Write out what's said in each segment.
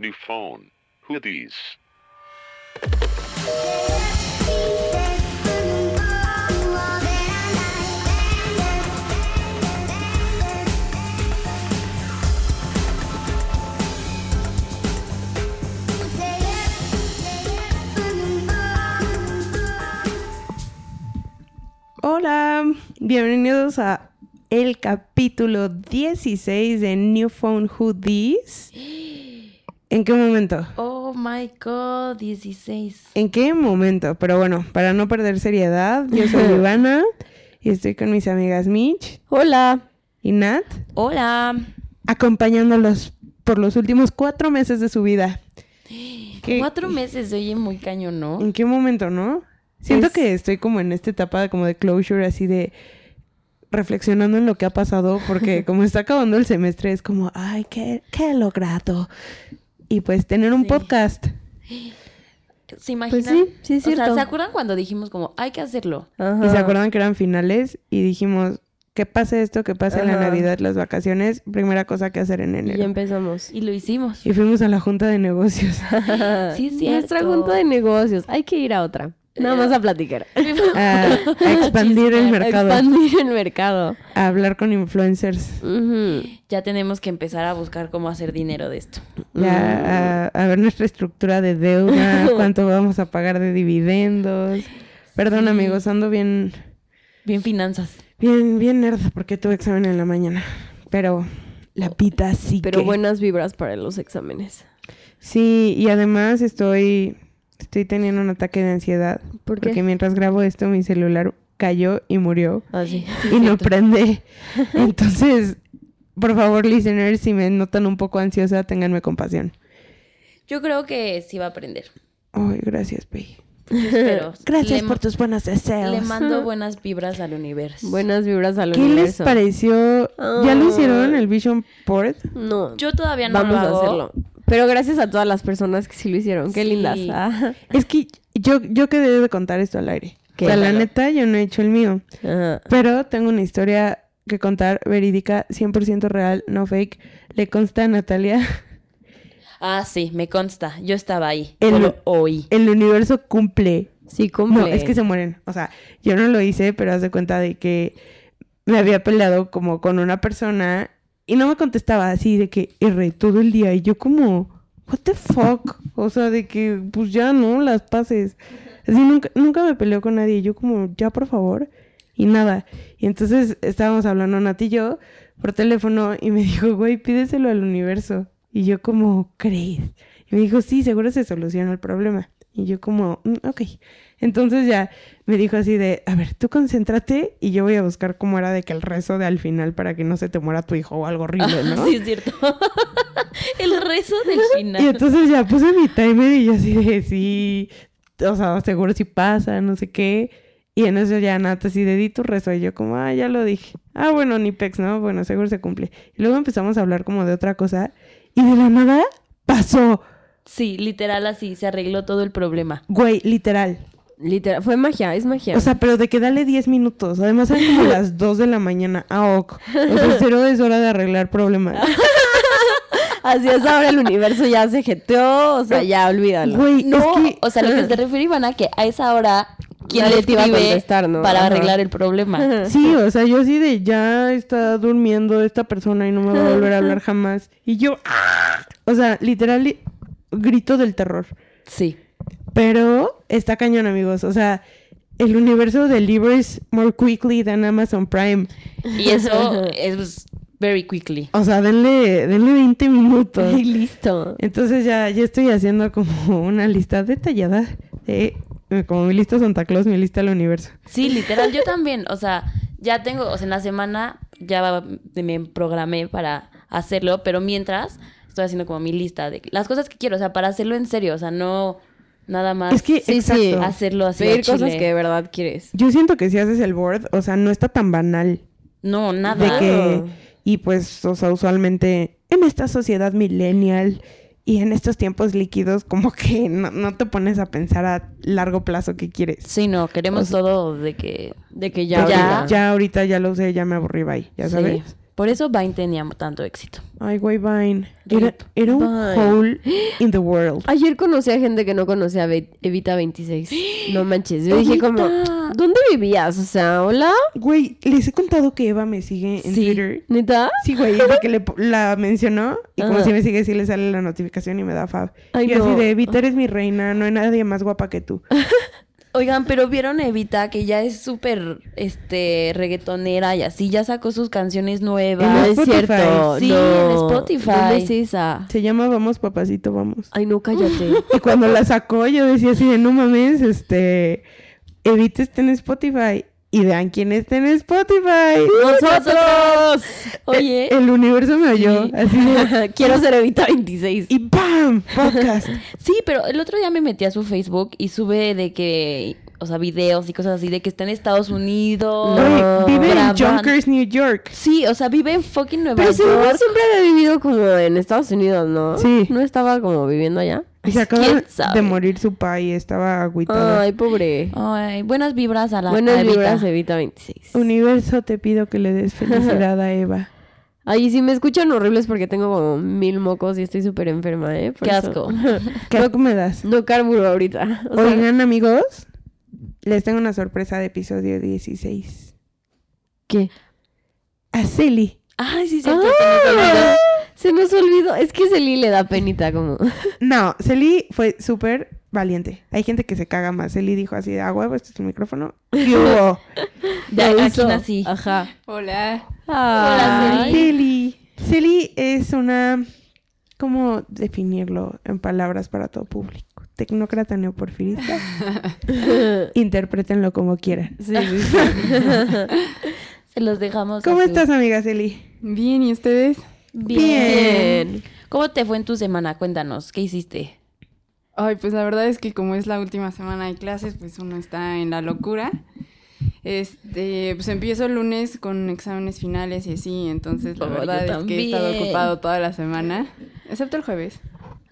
New phone. Who these? Hola, bienvenidos a el capítulo 16 de New Phone Who This. ¿En qué momento? Oh my god, 16. ¿En qué momento? Pero bueno, para no perder seriedad, yo soy Ivana y estoy con mis amigas Mitch Hola. y Nat, Hola. acompañándolos por los últimos cuatro meses de su vida. ¿Qué- Mm, Cuatro meses, oye, muy cañón, ¿no? ¿En qué momento, no? Siento Es- que estoy como en esta etapa de- como de closure, así de reflexionando en lo que ha pasado, porque como está acabando el semestre es como, ay, qué, qué he logrado. Y pues tener un Sí. podcast. pues ¿Se imaginan? sí, sí es O sea, cierto. ¿se acuerdan cuando dijimos como, hay que hacerlo? Ajá. Y se acuerdan que eran finales y dijimos, que pase esto, que pase la Ajá. Navidad, las vacaciones, primera cosa que hacer en Y ya enero. empezamos. Y lo hicimos. Y fuimos a la junta de negocios. Sí, es Nuestra cierto. junta de negocios. Hay que ir a otra. Nada más a platicar. A, a expandir el mercado, Expandir el mercado. a hablar con influencers, Ujú. Ya tenemos que empezar a buscar cómo hacer dinero de esto. ya, a, Mm. a ver nuestra estructura de deuda, cuánto vamos a pagar de dividendos. Perdón Sí. amigos, ando bien, Bien finanzas. bien, bien nerd porque tuve examen en la mañana, pero la pita sí Pero que- buenas vibras para los exámenes. Sí, y además estoy, estoy teniendo un ataque de ansiedad. ¿Por qué? Porque mientras grabo esto, mi celular cayó y murió. Así. y no prende. Entonces, por favor, listeners, si me notan un poco ansiosa, ténganme compasión. Yo creo que sí va a aprender. Ay, gracias, Pei. Espero. Gracias Le- por tus buenos deseos. Le mando buenas vibras al universo. Buenas vibras al ¿Qué les universo. pareció? ¿Ya lo Ah. hicieron el Vision Port? No. Yo todavía no vamos lo hago. a hacerlo. Pero gracias a todas las personas que sí lo hicieron. Qué Sí. lindas. Ah. Ajá. Es que yo, yo quedé de contar esto al aire. ¿Qué? O sea, la Claro. neta, yo no he hecho el mío. Ajá. Pero tengo una historia que contar verídica, 100% real, no fake. Le consta a Natalia, Ah, sí, me consta. Yo estaba ahí. El- Yo lo oí. el universo cumple. Sí, cumple. No, es que se mueren. O sea, yo no lo hice, pero haz de cuenta de que me había peleado como con una persona y no me contestaba así de que erré todo el día. Y yo como, what the fuck? O sea, de que pues ya no las pases. Así nunca, nunca me peleó con nadie. Yo como, ya por favor. Y nada. Y entonces estábamos hablando Nati y yo por teléfono y me dijo, güey, pídeselo al universo. Y yo como, ¿crees? Y me dijo, sí, seguro se soluciona el problema. Y yo como, "Mm, ok. Entonces ya me dijo así de, a ver, tú concéntrate y yo voy a buscar cómo era de que el rezo de al final para que no se te muera tu hijo o algo horrible, ¿no? Sí, es cierto. el rezo del final. Y entonces ya puse mi timer y yo así de, sí, o sea, seguro si pasa, no sé qué. Y en eso ya Nata así de, di tu rezo. Y yo como, ah, ya lo dije. Ah, bueno, ni pex, ¿no? Bueno, seguro se cumple. Y luego empezamos a hablar como de otra cosa y de la nada pasó, Sí, literal así, se arregló todo el problema. güey, literal. Literal. Fue magia, es magia. O sea, pero de que dale 10 minutos. Además, eran como las 2 de la mañana. Ah, ok. O sea, cero es hora de arreglar problemas. Ah, Así es ahora el universo ya se jeteó, o sea, ya olvídalo. Güey, No, es que... o sea, lo que se refiere Ivana, que a esa hora, ¿quién le Nadie te iba a escribe contestar, ¿no? para Ajá. arreglar el problema? Sí, o sea, yo así de ya está durmiendo esta persona y no me va a volver a hablar jamás. Y yo, ¡ah! o sea, literal li- grito del terror. Sí. Pero está cañón, amigos. O sea, el universo delivers more quickly than Amazon Prime. Y eso es very quickly. O sea, denle, denle 20 minutos. Y listo. Entonces ya, ya estoy haciendo como una lista detallada de eh, como mi lista Santa Claus, mi lista al universo. Sí, literal, yo también. O sea, ya tengo, o sea, en la semana ya va- me programé para hacerlo, pero mientras estoy haciendo como mi lista de las cosas que quiero, o sea, para hacerlo en serio, o sea, no nada más Es que, Ah, sí, sí. exacto. hacerlo así. al Pedir cosas chile. que de verdad quieres. Yo siento que si haces el board, o sea, no está tan banal. No, nada. de que Claro. y pues o sea usualmente en esta sociedad millennial y en estos tiempos líquidos como que no, no te pones a pensar a largo plazo qué quieres Sí, no, queremos O sea- todo de que De que ya ya. ahorita, Ya. ya, ahorita ya lo sé ya me aburrí bye ya Sí. sabes Por eso Vine tenía tanto éxito. Ay, güey, Vine. Era, Rip. era un Vine. hole in the world. Ayer conocí a gente que no conocía a Ve- Evita 26. No manches. Yo dije Evita. como, ¿dónde vivías? O sea, hola, Güey, les he contado que Eva me sigue en Sí. Twitter. Ah, neta. Sí, güey, de que le po- la mencionó y como Ajá. si me sigue, sí le sale la notificación y me da fab. Ay, y así no. de, Evita, eres mi reina, no hay nadie más guapa que tú. Oigan, pero vieron Evita que ya es súper este reggaetonera y así ya sacó sus canciones no nuevas. es Spotify. cierto. Sí, no. en Spotify. ¿Dónde es esa? Se llama Vamos, papacito, vamos. Ay, no, cállate. Y cuando la sacó, yo decía así de, no mames, este, Evita está en Spotify. Y vean quién está en Spotify. ¡Nosotros! Oye, El universo me oyó, Sí. así de, Quiero ser Evita 26. y ¡pam! Podcast. sí, pero el otro día me metí a su Facebook y sube de que, o sea, videos y cosas así de que está en Estados Unidos. Güey, vive en graban- Junkers, New York. Sí, o sea, vive en fucking Nueva Pero seguro York. siempre había vivido como en Estados Unidos, ¿no? Sí. ¿No estaba como viviendo allá? Y se acaba ¿Quién sabe? de morir su país, estaba agüitada. Ay, pobre. Ay, buenas vibras a Ah, la a Buenas Evita. vibras, Evita 26. Universo, te pido que le des felicidad a Eva. Ay, y si me escuchan horribles porque tengo como mil mocos y estoy súper enferma, ¿eh? Por Qué eso- asco. ¿Qué asco me das? No carburo ahorita. O sea, Oigan, amigos, les tengo una sorpresa de episodio 16. ¿qué? A Celi. Ay, sí, sí. Ah, se nos olvidó. Es que Celi le da penita como... No, Celi fue súper valiente. Hay gente que se caga más. Celi dijo así, de, ah, huevo, este es el micrófono. ¿Qué hubo? De Ya aquí hizo. nací. Ajá. Hola. Ah, Ay. Celi. Celi es una... ¿Cómo definirlo en palabras para todo público? Tecnócrata neoporfirista. Interprétenlo como quieran. Sí, sí, sí. Se los dejamos. ¿Cómo así. estás, amiga Celi? Bien, ¿y ustedes? Bien. ¿Cómo te fue en tu semana? Cuéntanos, ¿qué hiciste? Ay, pues la verdad es que como es la última semana de clases, pues uno está en la locura. Este, pues empiezo el lunes con exámenes finales y así, entonces la Oh, yo verdad es que he estado también. ocupado toda la semana, excepto el jueves.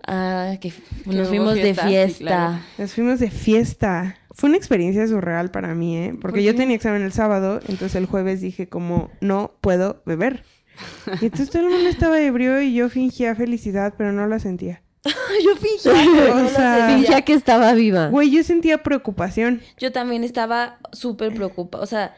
Ah, que f- nos hubo fuimos fiesta, de sí, fiesta. claro. Nos fuimos de fiesta. Fue una experiencia surreal para mí, ¿eh? Porque ¿Por yo qué? tenía examen el sábado, entonces el jueves dije como, no puedo beber. Y entonces todo el mundo estaba ebrio y yo fingía felicidad, pero no la sentía. Yo fingía. O sea, Fingía que estaba viva. Güey, yo sentía preocupación. Yo también estaba súper preocupada. O sea,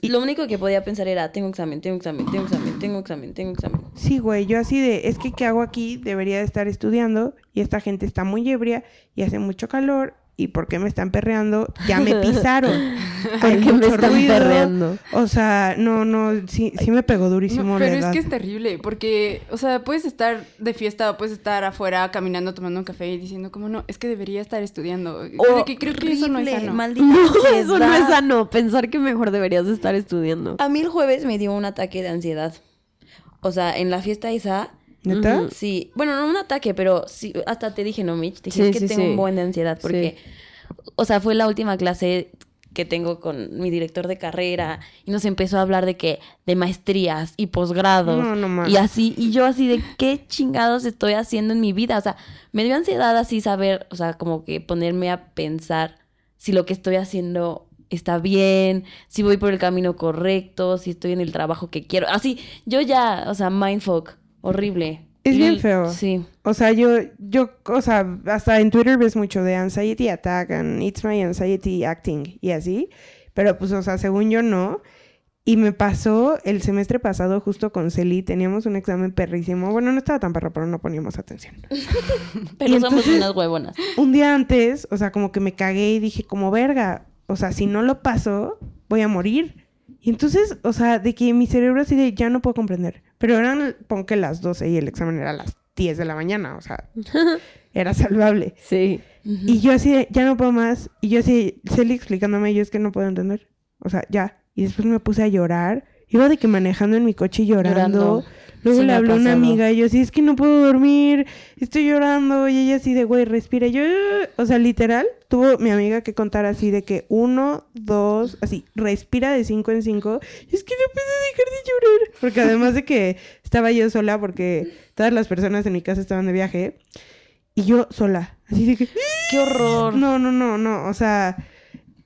lo único que podía pensar era, tengo examen, tengo examen, tengo examen, tengo examen, tengo examen. Sí, güey, yo así de, es que ¿qué hago aquí? Debería de estar estudiando y esta gente está muy ebria y hace mucho calor. ¿Y por qué me están perreando? Ya me pisaron. Hay Porque me mucho están ruido. perreando. O sea, no, no, sí, sí me pegó durísimo No, la pero es edad. que es terrible, porque, o sea, puedes estar de fiesta o puedes estar afuera caminando, tomando un café y diciendo como, no, es que debería estar estudiando. O que creo que eso no es Horrible, sano. maldita No, eso no es ansiedad. sano. Pensar que mejor deberías estar estudiando. A mí el jueves me dio un ataque de ansiedad. O sea, en la fiesta esa, ¿Neta? Sí, bueno, no un ataque, pero sí, hasta te dije, no, Mitch, te dije Sí, es que sí, tengo sí. un buen de ansiedad porque, o sea, fue la última clase que tengo con mi director de carrera y nos empezó a hablar de que, de maestrías y posgrados No, no mames. y así, y yo así de qué chingados estoy haciendo en mi vida, o sea, me dio ansiedad así saber, o sea, como que ponerme a pensar si lo que estoy haciendo está bien, si voy por el camino correcto, si estoy en el trabajo que quiero. Así, yo ya, o sea, mindfuck, horrible. Es Y- bien feo. Sí. O sea, yo, yo, o sea, hasta en Twitter ves mucho de anxiety attack and it's my anxiety acting y así. Pero pues, o sea, según yo no. Y me pasó el semestre pasado justo con Celi, teníamos un examen perrísimo. Bueno, no estaba tan perro, pero no poníamos atención. Pero Y somos entonces- unas huevonas. Un día antes, o sea, como que me cagué y dije, como verga, o sea, si no lo paso, voy a morir. Y entonces, o sea, de que mi cerebro así de, ya no puedo comprender. Pero eran, pon que las 12 y el examen era a las 10 de la mañana, o sea, era salvable. Sí. Y yo así, de, ya no puedo más. Y yo así, Celi explicándome, yo es que no puedo entender. O sea, ya. Y después me puse a llorar. Iba de que manejando en mi coche y llorando. Llorando. Luego le Sí me ha habló una pasado. amiga y yo así, es que no puedo dormir. Estoy llorando. Y ella así de, güey, respira. Y Yo, "Ah". o sea, literal, tuvo mi amiga que contar así de que uno, dos, así, respira de cinco en cinco. Es que no puedo dejar de llorar. Porque además de que estaba yo sola porque todas las personas en mi casa estaban de viaje. Y yo sola. Así de que... Qué horror. No, no, no, no. O sea,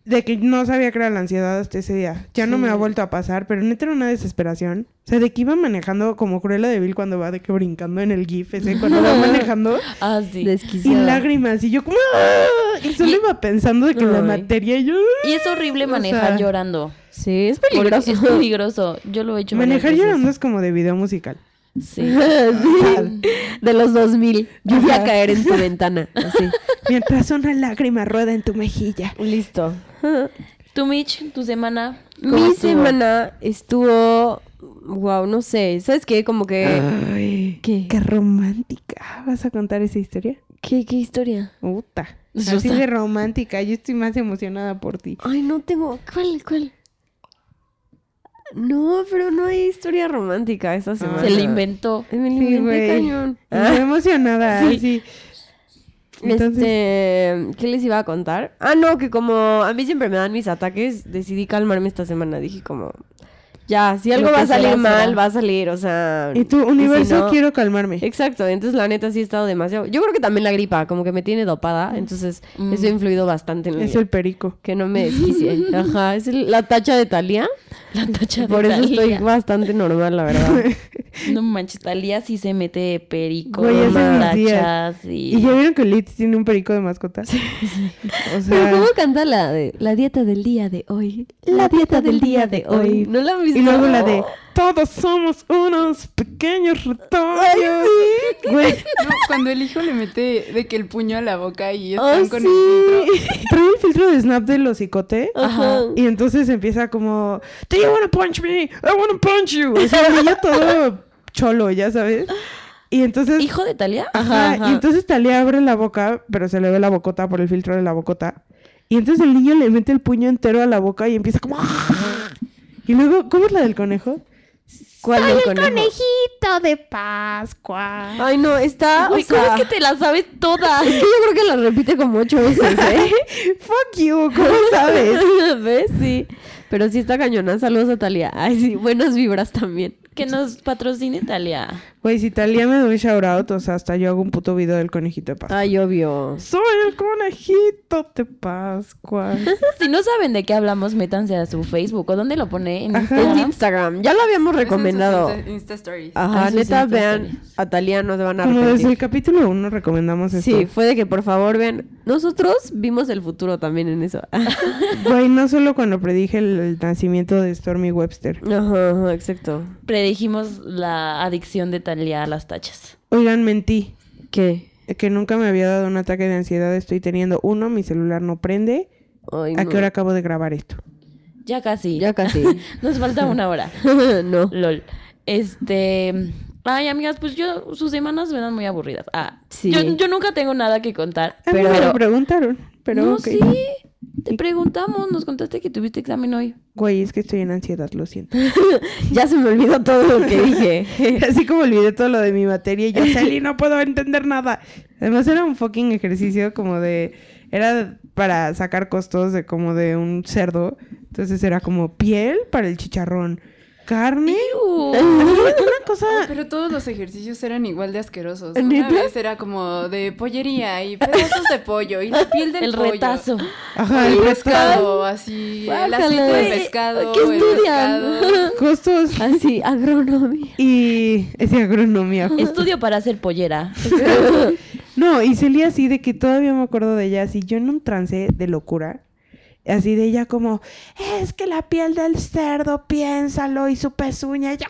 de que no sabía que era la ansiedad hasta ese día. Ya no me ha vuelto a pasar, pero neta era una desesperación. O sea, de que iba manejando como Cruella de Vil cuando va de que brincando en el GIF ese, cuando va manejando. Ah, sí. Y Desquiciada. lágrimas, y yo como... "Ah", Y solo Y- iba pensando de que la Ay. materia, y yo... Y es horrible O manejar sea, llorando. Sí, es Porque peligroso. Es peligroso. Yo lo he hecho. varias Manejar veces. llorando es como de video musical. Sí. Sí, De los 2000. Yo voy a caer en tu ventana. Así. Mientras una lágrima rueda en tu mejilla. Listo. Tú, Mitch, tu semana. ¿cómo Mi estuvo? semana estuvo. Wow, no sé. ¿Sabes qué? Como Eh. Ah. que. Ay, ¿Qué? qué romántica. ¿Vas a contar esa historia? ¿Qué, qué historia? Puta. Pues, Así o sea- de romántica. Yo estoy más emocionada por ti. Ay, no tengo. ¿Cuál? ¿Cuál? No, pero no hay historia romántica esta semana. Se le inventó. Ay, Me la Sí, inventé güey. Ah. cañón. Estoy emocionada. Sí. Sí. Este, ¿qué les iba a contar? Ah, no, que como a mí siempre me dan mis ataques, decidí calmarme esta semana. Dije como, ya, si algo Lo va a que será, salir mal, será. va a salir, o sea... y tu si universo no- quiero calmarme. Exacto, entonces la neta sí he estado demasiado... Yo creo que también la gripa, como que me tiene dopada, entonces Mm. eso ha influido bastante en Es el... el perico. Que no me desquicie. Ajá, es el- la tacha de Talía. La tacha de Por eso estoy Thalía. bastante normal, la verdad. No manches, Talía sí se mete de perico. Güey, hace mis días. tachas y... ¿Y ya vieron que Litz tiene un perico de mascota? Sí, O sea, Pero ¿cómo canta la de la dieta del día de hoy? La dieta del día de hoy. ¿No la han visto? y luego la de todos somos unos pequeños retoños. Güey, No, cuando el hijo le mete de que el puño a la boca y ¡Oh, están con sí! el filtro. trae el filtro de snap del hocicote. Ajá. Y entonces empieza como, Do you wanna punch me? I wanna punch you. O sea, el niño todo cholo, ya sabes. Y entonces. ¿Hijo de Talía? Ajá, Ajá, ajá. Y entonces Talia abre la boca, pero se le ve la bocota por el filtro de la bocota. Y entonces el niño le mete el puño entero a la boca y empieza como. ¡ah! Y luego, ¿cómo es la del conejo? ¿Cuál del conejo? conejito de Pascua. Ay, no, está. Güey, o Ah, ¿cómo sea, es que te la sabes todas? es que yo creo que la repite como ocho veces, ¿eh? Fuck you, ¿cómo sabes? ¿Ves? Sí. Pero sí está cañona. Saludos a Talia. Ay, sí, buenas vibras también. Que nos patrocine Talía. Güey, si Talia me da un shout out, o sea, hasta yo hago un puto video del conejito de Pascua. Ay, obvio. Soy el conejito de Pascua. Si no saben de qué hablamos, métanse a su Facebook. ¿O dónde lo pone? En Ajá. En Instagram. Instagram. Ya lo habíamos Es en sus recomendado. Insta, Insta Stories. Ajá, Ah, sí, neta, sí, vean Talia. a Talia, no se van a Como desde el arrepentir. capítulo 1 recomendamos esto. Sí, fue de que por favor vean. Nosotros vimos el futuro también en eso. Güey, no solo cuando predije el, el nacimiento de Stormy Webster. Ajá, ajá, exacto. Predijimos la adicción de Talía a las tachas. Oigan, mentí. ¿Qué? Eh, Que nunca me había dado un ataque de ansiedad. Estoy teniendo uno, mi celular no prende. Ay, ¿A no. qué hora acabo de grabar esto? Ya casi. Ya casi. Nos falta una hora. no. LOL. Este. Ay, amigas, pues yo, sus semanas me dan muy aburridas. Ah, Sí. yo, yo nunca tengo nada que contar. A mí me Pero- lo preguntaron, pero no, ok. sí. Te preguntamos, nos contaste que tuviste examen hoy. Güey, es que estoy en ansiedad, lo siento. Ya se me olvidó todo lo que dije. Así como olvidé todo lo de mi materia y ya salí, no puedo entender nada. Además era un fucking ejercicio como de... Era para sacar costos de como de un cerdo. Entonces era como piel para el chicharrón, carne... Iu. Una cosa... Pero todos los ejercicios eran igual de asquerosos. Una ¿Neta? vez era como de pollería y pedazos de pollo y la piel del El pollo. retazo. Ajá, el el pescado, así, el Guácala. aceite Güey, de pescado. ¿qué el estudian? pescado. costos Así, Ah, agronomía. y es de agronomía. justo. Estudio para hacer pollera. No, y salía así de que todavía me acuerdo de ella, así yo en un trance de locura. Así de ella como, es que la piel del cerdo, piénsalo, y su pezuña, y yo,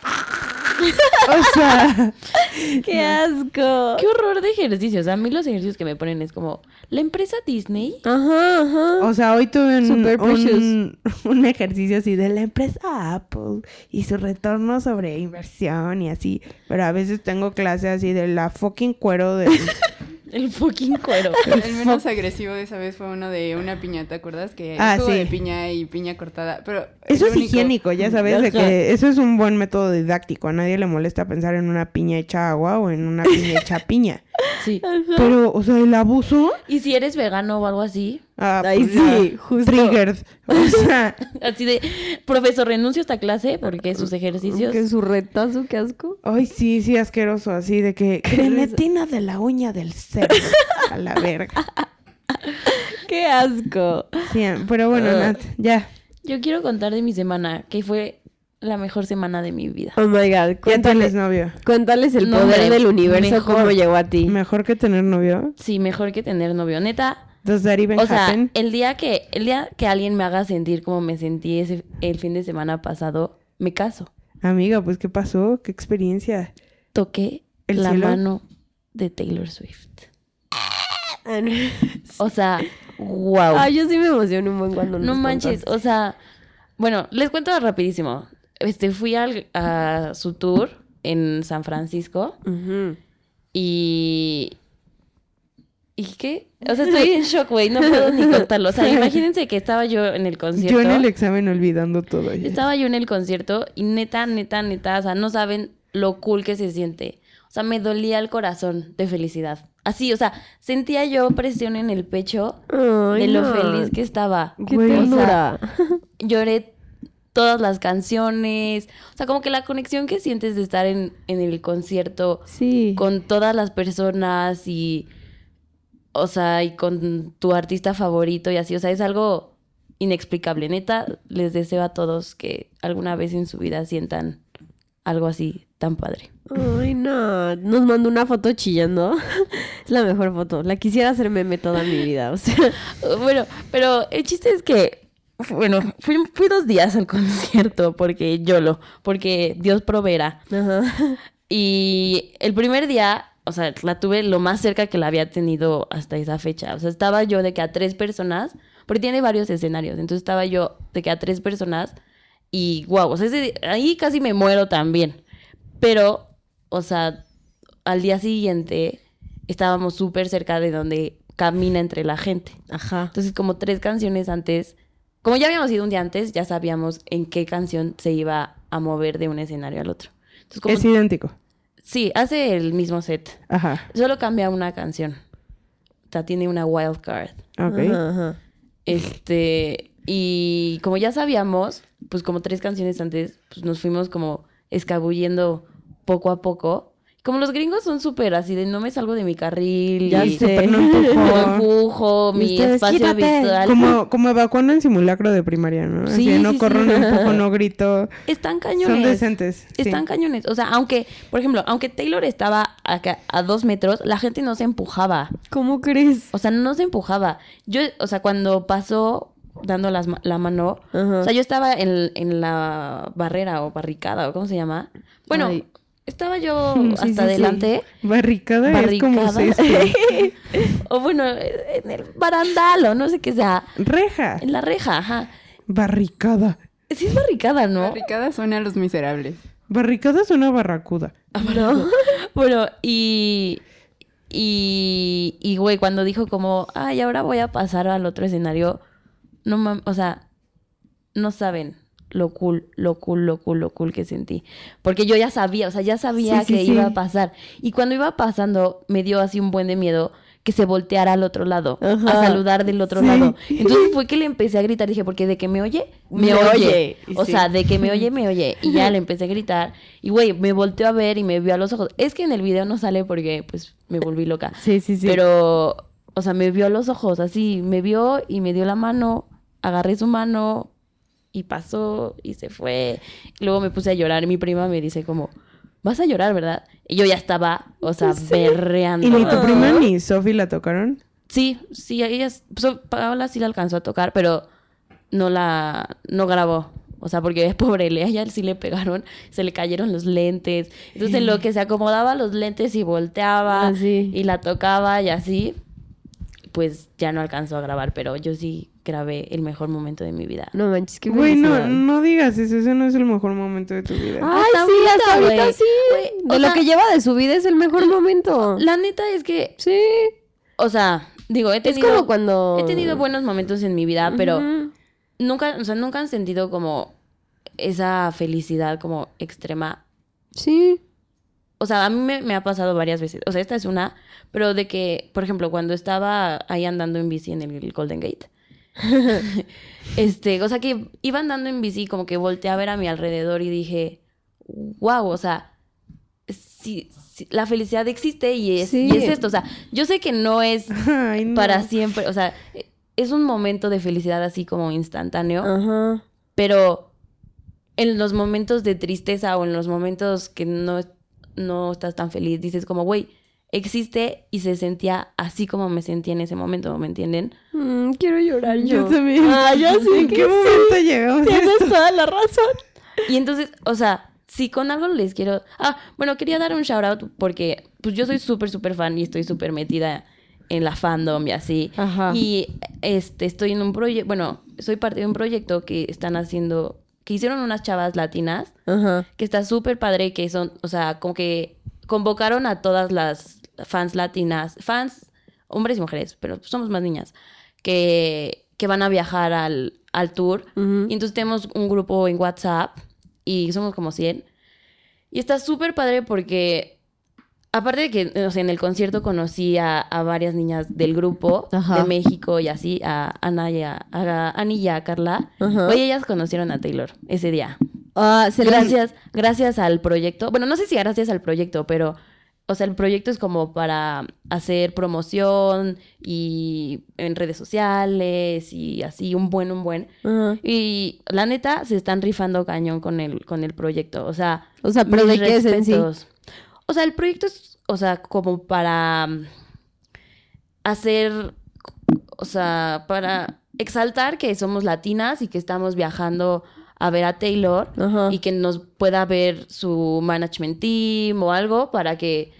O sea, ¡Qué asco! Qué horror de ejercicios. A mí los ejercicios que me ponen es como, la empresa Disney. Ajá, ajá. o sea, hoy tuve un, Super un, un ejercicio así de la empresa Apple y su retorno sobre inversión y así. Pero a veces tengo clase así de la fucking cuero de... El fucking cuero. El menos agresivo de esa vez fue uno de una piña, ¿te acuerdas? Que Ah, jugo sí. de piña y piña cortada. Pero Eso el es único- higiénico, ya sabes, de Ajá. que eso es un buen método didáctico. A nadie le molesta pensar en una piña hecha agua o en una piña hecha piña. Sí. Pero, o sea, el abuso. Y si eres vegano o algo así, Ah, Ay, pues, ya, sí, justo. Triggered. O sea, así de, profesor, renuncio a esta clase porque sus ejercicios. Que su retazo, qué asco. ay, sí, sí, asqueroso, así de que. Grenetina de la uña del cerdo. A la verga. ¡Qué asco! Sí, em, pero bueno, Nat, ya. Yo quiero contar de mi semana, que fue la mejor semana de mi vida. Oh my god, Ya tienes cuéntales, novio. cuéntales el No, poder hombre, del universo, mejor. cómo llegó a ti. Mejor que tener novio. Sí, mejor que tener novio. Neta, Does that even o sea, eh, happen? el día que el día que alguien me haga sentir como me sentí ese, el fin de semana pasado, me caso. Amiga, pues ¿qué pasó? ¿Qué experiencia? Toqué ¿El la cielo? mano de Taylor Swift. Ah, no. O sea, wow. Ay, yo sí me emociono un buen cuando No nos manches, contaste. o sea, bueno, les cuento rapidísimo. Este, fui al- a su tour en San Francisco Ujú. y... ¿Y qué? O sea, estoy en shock, güey, no puedo ni contarlo. O sea, imagínense que estaba yo en el concierto. Yo en el examen olvidando todo. ya. Estaba yo en el concierto y neta, neta, neta, o sea, no saben lo cool que se siente. O sea, me dolía el corazón de felicidad. Así, o sea, sentía yo presión en el pecho Ay, de lo no. feliz que estaba. ¡Qué Güey, o sea, ternura! lloré todas las canciones. O sea, como que la conexión que sientes de estar en, en el concierto sí. con todas las personas y. O sea, y con tu artista favorito y así. O sea, es algo inexplicable. Neta, les deseo a todos que alguna vez en su vida sientan algo así tan padre. Ay, no. Nos mandó una foto chillando. Es la mejor foto. La quisiera hacer meme toda mi vida. O sea, Bueno, pero el chiste es que, bueno, fui, fui dos días al concierto porque yo lo, porque Dios proveerá. ajá. Y el primer día, o sea, la tuve lo más cerca que la había tenido hasta esa fecha. O sea, estaba yo de que a tres personas, porque tiene varios escenarios, entonces estaba yo de que a tres personas y guau, o sea, ese- ahí casi me muero también. Pero, o sea, al día siguiente estábamos súper cerca de donde camina entre la gente. Ajá. Entonces, como tres canciones antes, como ya habíamos ido un día antes, ya sabíamos en qué canción se iba a mover de un escenario al otro. Entonces, como Es idéntico. Sí, hace el mismo set. Ajá. Solo cambia una canción. O sea, tiene una wild card. Ok. Ajá, ajá. Este, y como ya sabíamos, pues como tres canciones antes, pues nos fuimos como escabullendo poco a poco. Como los gringos son súper así de no me salgo de mi carril, Ya y sé. Pero no no empujó. empujo, mi Ustedes, espacio "Quítate". visual. Como, como evacuando en simulacro de primaria, ¿no? Así, Sí, no sí, corro, sí. no empujo, no grito. Están cañones. Son decentes. sí. Están cañones. O sea, aunque, por ejemplo, aunque Taylor estaba acá a dos metros, la gente no se empujaba. ¿Cómo crees? O sea, no se empujaba. Yo, o sea, cuando pasó dando las ma- la mano, Ajá. o sea, yo estaba en, en la barrera o barricada o cómo se llama. Bueno, Ay. estaba yo Sí, hasta sí, sí. adelante. Barricada, es como Barricada. cesto. O bueno, en el barandal o no sé qué sea. Reja. En la reja, ajá. Barricada. Sí es barricada, ¿no? Barricada suena a los miserables. Barricada es una barracuda. Bueno, y. Y. Y, güey, cuando dijo como, ay, ahora voy a pasar al otro escenario. No mames, o sea, no saben lo cool, lo cool, lo cool, lo cool que sentí. Porque yo ya sabía, o sea, ya sabía Sí, sí, que sí. iba a pasar. Y cuando iba pasando, me dio así un buen de miedo que se volteara al otro lado, Ajá. a saludar del otro Sí. lado. Entonces fue que le empecé a gritar, dije, porque de que me oye, me, Me oye. oye, O sí. sea, de que me oye, me oye. Y ya le empecé a gritar. Y güey, me volteó a ver y me vio a los ojos. Es que en el video no sale porque pues me volví loca. Sí, sí, sí. Pero, o sea, me vio a los ojos, así, me vio y me dio la mano, agarré su mano y pasó y se fue. Luego me puse a llorar. Mi prima me dice como, vas a llorar, ¿verdad? Y yo ya estaba, o sea, berreando. Y ni tu Ajá. prima ni Sofi la tocaron. Sí, sí, a ella, so- Paola sí la alcanzó a tocar, pero no la, no grabó. O sea, porque es pobre, le- a ella sí le pegaron, se le cayeron los lentes. Entonces, en lo que se acomodaba los lentes y volteaba Ah, sí. y la tocaba y así, pues ya no alcanzó a grabar, pero yo sí grabé el mejor momento de mi vida. No manches, qué Güey, no, felicidad. no digas eso. Ese no es el mejor momento de tu vida. Ay, Hasta sí, ahorita, hasta ahorita güey. sí. Güey, de o lo sea- que lleva de su vida es el mejor momento. La neta es que, Sí. o sea, digo, he Es tenido, como cuando. he tenido buenos momentos en mi vida, pero... Ujú. nunca, o sea, nunca han sentido como esa felicidad como extrema. Sí. O sea, a mí me, me ha pasado varias veces. O sea, esta es una, pero de que, por ejemplo, cuando estaba ahí andando en bici en el Golden Gate, este, o sea, que iba andando en bici, como que volteé a ver a mi alrededor y dije, wow, o sea, sí, sí, la felicidad existe y es, Sí. y es esto. O sea, yo sé que no es Ay, no. Ah, para siempre, o sea, es un momento de felicidad así como instantáneo, Ajá. pero en los momentos de tristeza o en los momentos que no, no estás tan feliz, dices como, güey, existe y se sentía así como me sentí en ese momento, ¿me entienden? Mm, quiero llorar yo. Yo también. Ah, ya sé ¿En que qué momento llegamos? a Tienes esto? toda la razón. Y entonces, o sea, si con algo les quiero... Ah, bueno, quería dar un shout out porque pues yo soy súper, súper fan y estoy súper metida en la fandom y así. Ajá. Y este, estoy en un proyecto, bueno, soy parte de un proyecto que están haciendo, que hicieron unas chavas latinas, Ajá. que está súper padre, que son, o sea, como que convocaron a todas las fans latinas, fans, hombres y mujeres, pero somos más niñas, que, que van a viajar al, al tour. Ujú. Y entonces tenemos un grupo en WhatsApp y somos como 100. Y está súper padre porque, aparte de que o sea, en el concierto conocí a, a varias niñas del grupo Ajá. de México y así, a Ana y a, a Ani y a Carla. Ajá. Oye, ellas conocieron a Taylor ese día. Ah, se las- Gracias, gracias al proyecto. Bueno, no sé si gracias al proyecto, pero, o sea, el proyecto es como para hacer promoción y en redes sociales y así, un buen, un buen. Ajá. Y la neta, se están rifando cañón con el, con el proyecto. O sea, O sea, pero mis de qué es en sí. respetos. O sea, el proyecto es, o sea, como para mm, hacer, o sea, para exaltar que somos latinas y que estamos viajando a ver a Taylor Ajá. y que nos pueda ver su management team o algo para que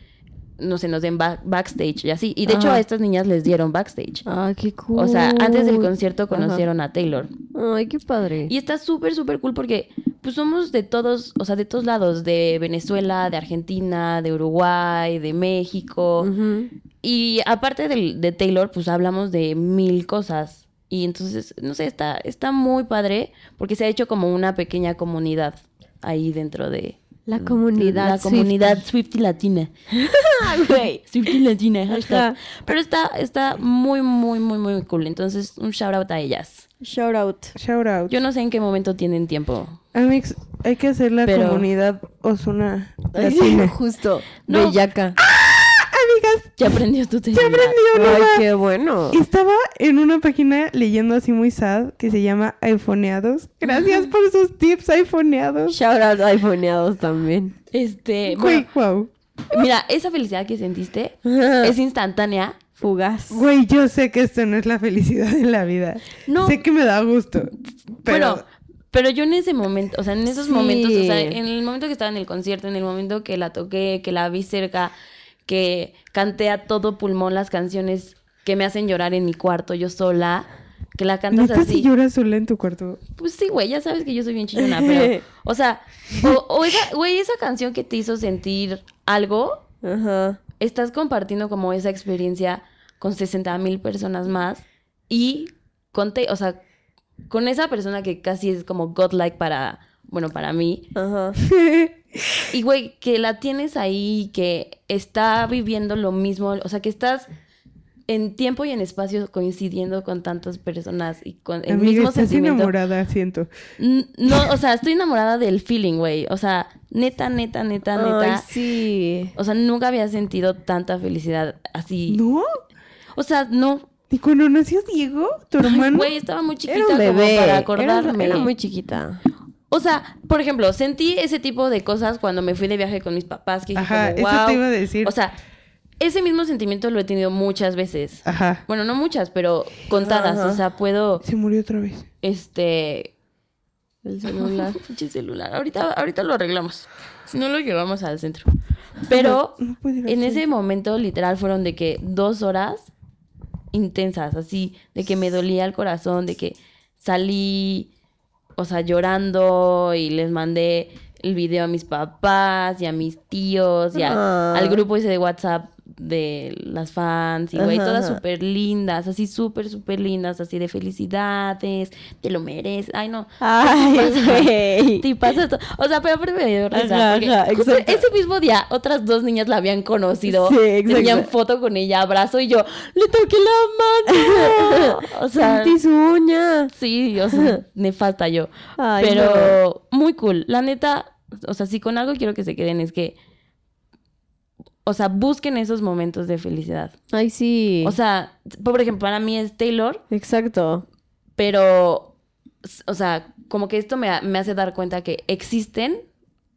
no se nos den ba- backstage y así. Y de hecho Ajá. a estas niñas les dieron backstage. Ah, qué cool. O sea, antes del concierto Ajá. conocieron a Taylor. Ay, qué padre. Y está súper, súper cool porque pues somos de todos, o sea, de todos lados, de Venezuela, de Argentina, de Uruguay, de México. Ujú. Y aparte del- de Taylor, pues hablamos de mil cosas. Y entonces, no sé, está, está muy padre porque se ha hecho como una pequeña comunidad ahí dentro de La comunidad. la Swift. comunidad Swifty Latina. Güey. Swifty Latina, hashtag. Ajá. Pero está, está muy, muy, muy, muy cool. Entonces, un shout out a ellas. Shout out. Shout out. Yo no sé en qué momento tienen tiempo. Amix, hay que hacer la Pero- comunidad Ozuna Ay, latina. justo. No. Bellaca. Amigas, Ya aprendió tu ya celular. aprendí una Ay, nueva. qué bueno. Estaba en una página leyendo así muy sad que se llama iPhoneados. Gracias por sus tips iPhoneados. Shout out a iPhoneados también. Este, Güey, bueno, wow. mira, esa felicidad que sentiste es instantánea. Fugaz. Güey, yo sé que esto no es la felicidad en la vida. No. Sé que me da gusto. Pero Bueno, pero yo en ese momento, o sea, en esos Sí. momentos, o sea, en el momento que estaba en el concierto, en el momento que la toqué, que la vi cerca, que canté a todo pulmón las canciones que me hacen llorar en mi cuarto yo sola, que la cantas neta si así. lloras sola en tu cuarto. Pues sí, güey, ya sabes que yo soy bien chillona, pero o sea, o, o esa, güey, esa canción que te hizo sentir algo, Ajá. estás compartiendo como esa experiencia con 60 mil personas más y con, te- o sea, con esa persona que casi es como godlike para, bueno, para mí. Ajá. Y güey, que la tienes ahí, que está viviendo lo mismo, o sea, que estás en tiempo y en espacio coincidiendo con tantas personas y con el Amiga, mismo estás sentimiento. enamorada, siento. N- No, o sea, estoy enamorada del feeling, güey. O sea, neta, neta, neta, neta. Ay, sí. O sea, nunca había sentido tanta felicidad así. ¿No? O sea, no. ¿Y cuando nació Diego, tu Ay, hermano? Güey, estaba muy chiquita Era un bebé. como para Era- acordarme. Era, muy chiquita. O sea, por ejemplo, sentí ese tipo de cosas cuando me fui de viaje con mis papás, que dije Ajá, como, eso "Guau". te iba a decir. O sea, ese mismo sentimiento lo he tenido muchas veces. Ajá. Bueno, no muchas, pero contadas. Ah. Ajá. O sea, puedo, Se murió otra vez. este... El celular. Pinche celular. Ahorita, ahorita lo arreglamos. Si no, lo llevamos al centro. Pero No puede ir en así. ese momento, literal, fueron de que dos horas intensas, así, de que me dolía el corazón, de que salí, o sea, llorando y les mandé el video a mis papás y a mis tíos y a- Ah. al grupo ese de WhatsApp de las fans y güey, Ajá, todas ajá. súper lindas, así súper, súper lindas, así de felicidades, te lo mereces, ay no, Ay, güey. te pasa esto. O sea, pero aparte me dio risa. Ajá, porque ajá, justo exacto. ese mismo día, otras dos niñas la habían conocido. Sí, exacto. Tenían foto con ella, abrazo, y yo, le toqué la mano. o sea, Sentí su uña. sí, o sea, nefasta yo. Ay, pero muy cool. La neta, o sea, si con algo quiero que se queden es que o sea, busquen esos momentos de felicidad. Ay, sí. O sea, por ejemplo, para mí es Taylor, Exacto. pero, s- o sea, como que esto me, ha- me hace dar cuenta que existen,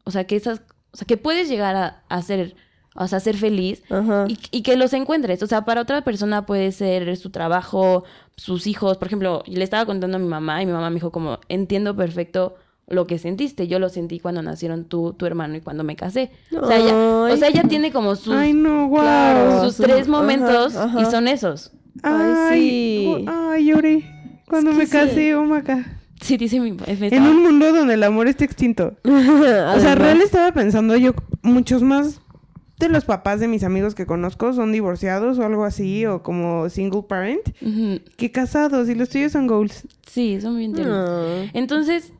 o sea, que esas, o sea, que puedes llegar a, a ser, o sea, ser feliz Ajá. y, y que los encuentres. O sea, para otra persona puede ser su trabajo, sus hijos. Por ejemplo, le estaba contando a mi mamá y mi mamá me dijo como, entiendo perfecto lo que sentiste. Yo lo sentí cuando nacieron tú, tu hermano y cuando me casé. O sea, ella, o Ay. sea, ella tiene como sus, Ay, no, wow. Claro. sus tres Ajá, momentos y ajá. son esos. Ay, Ay, gu- sí. Ay, lloré. Cuando que me sí. casé, oh my God. Sí, dice mi... es En esa. un mundo donde el amor está extinto. O sea, Además. real estaba pensando yo, muchos más de los papás de mis amigos que conozco son divorciados o algo así, o como single parent, Ujú. que casados y los tuyos son goals. Sí, son bien tiernos. Ah. Entonces,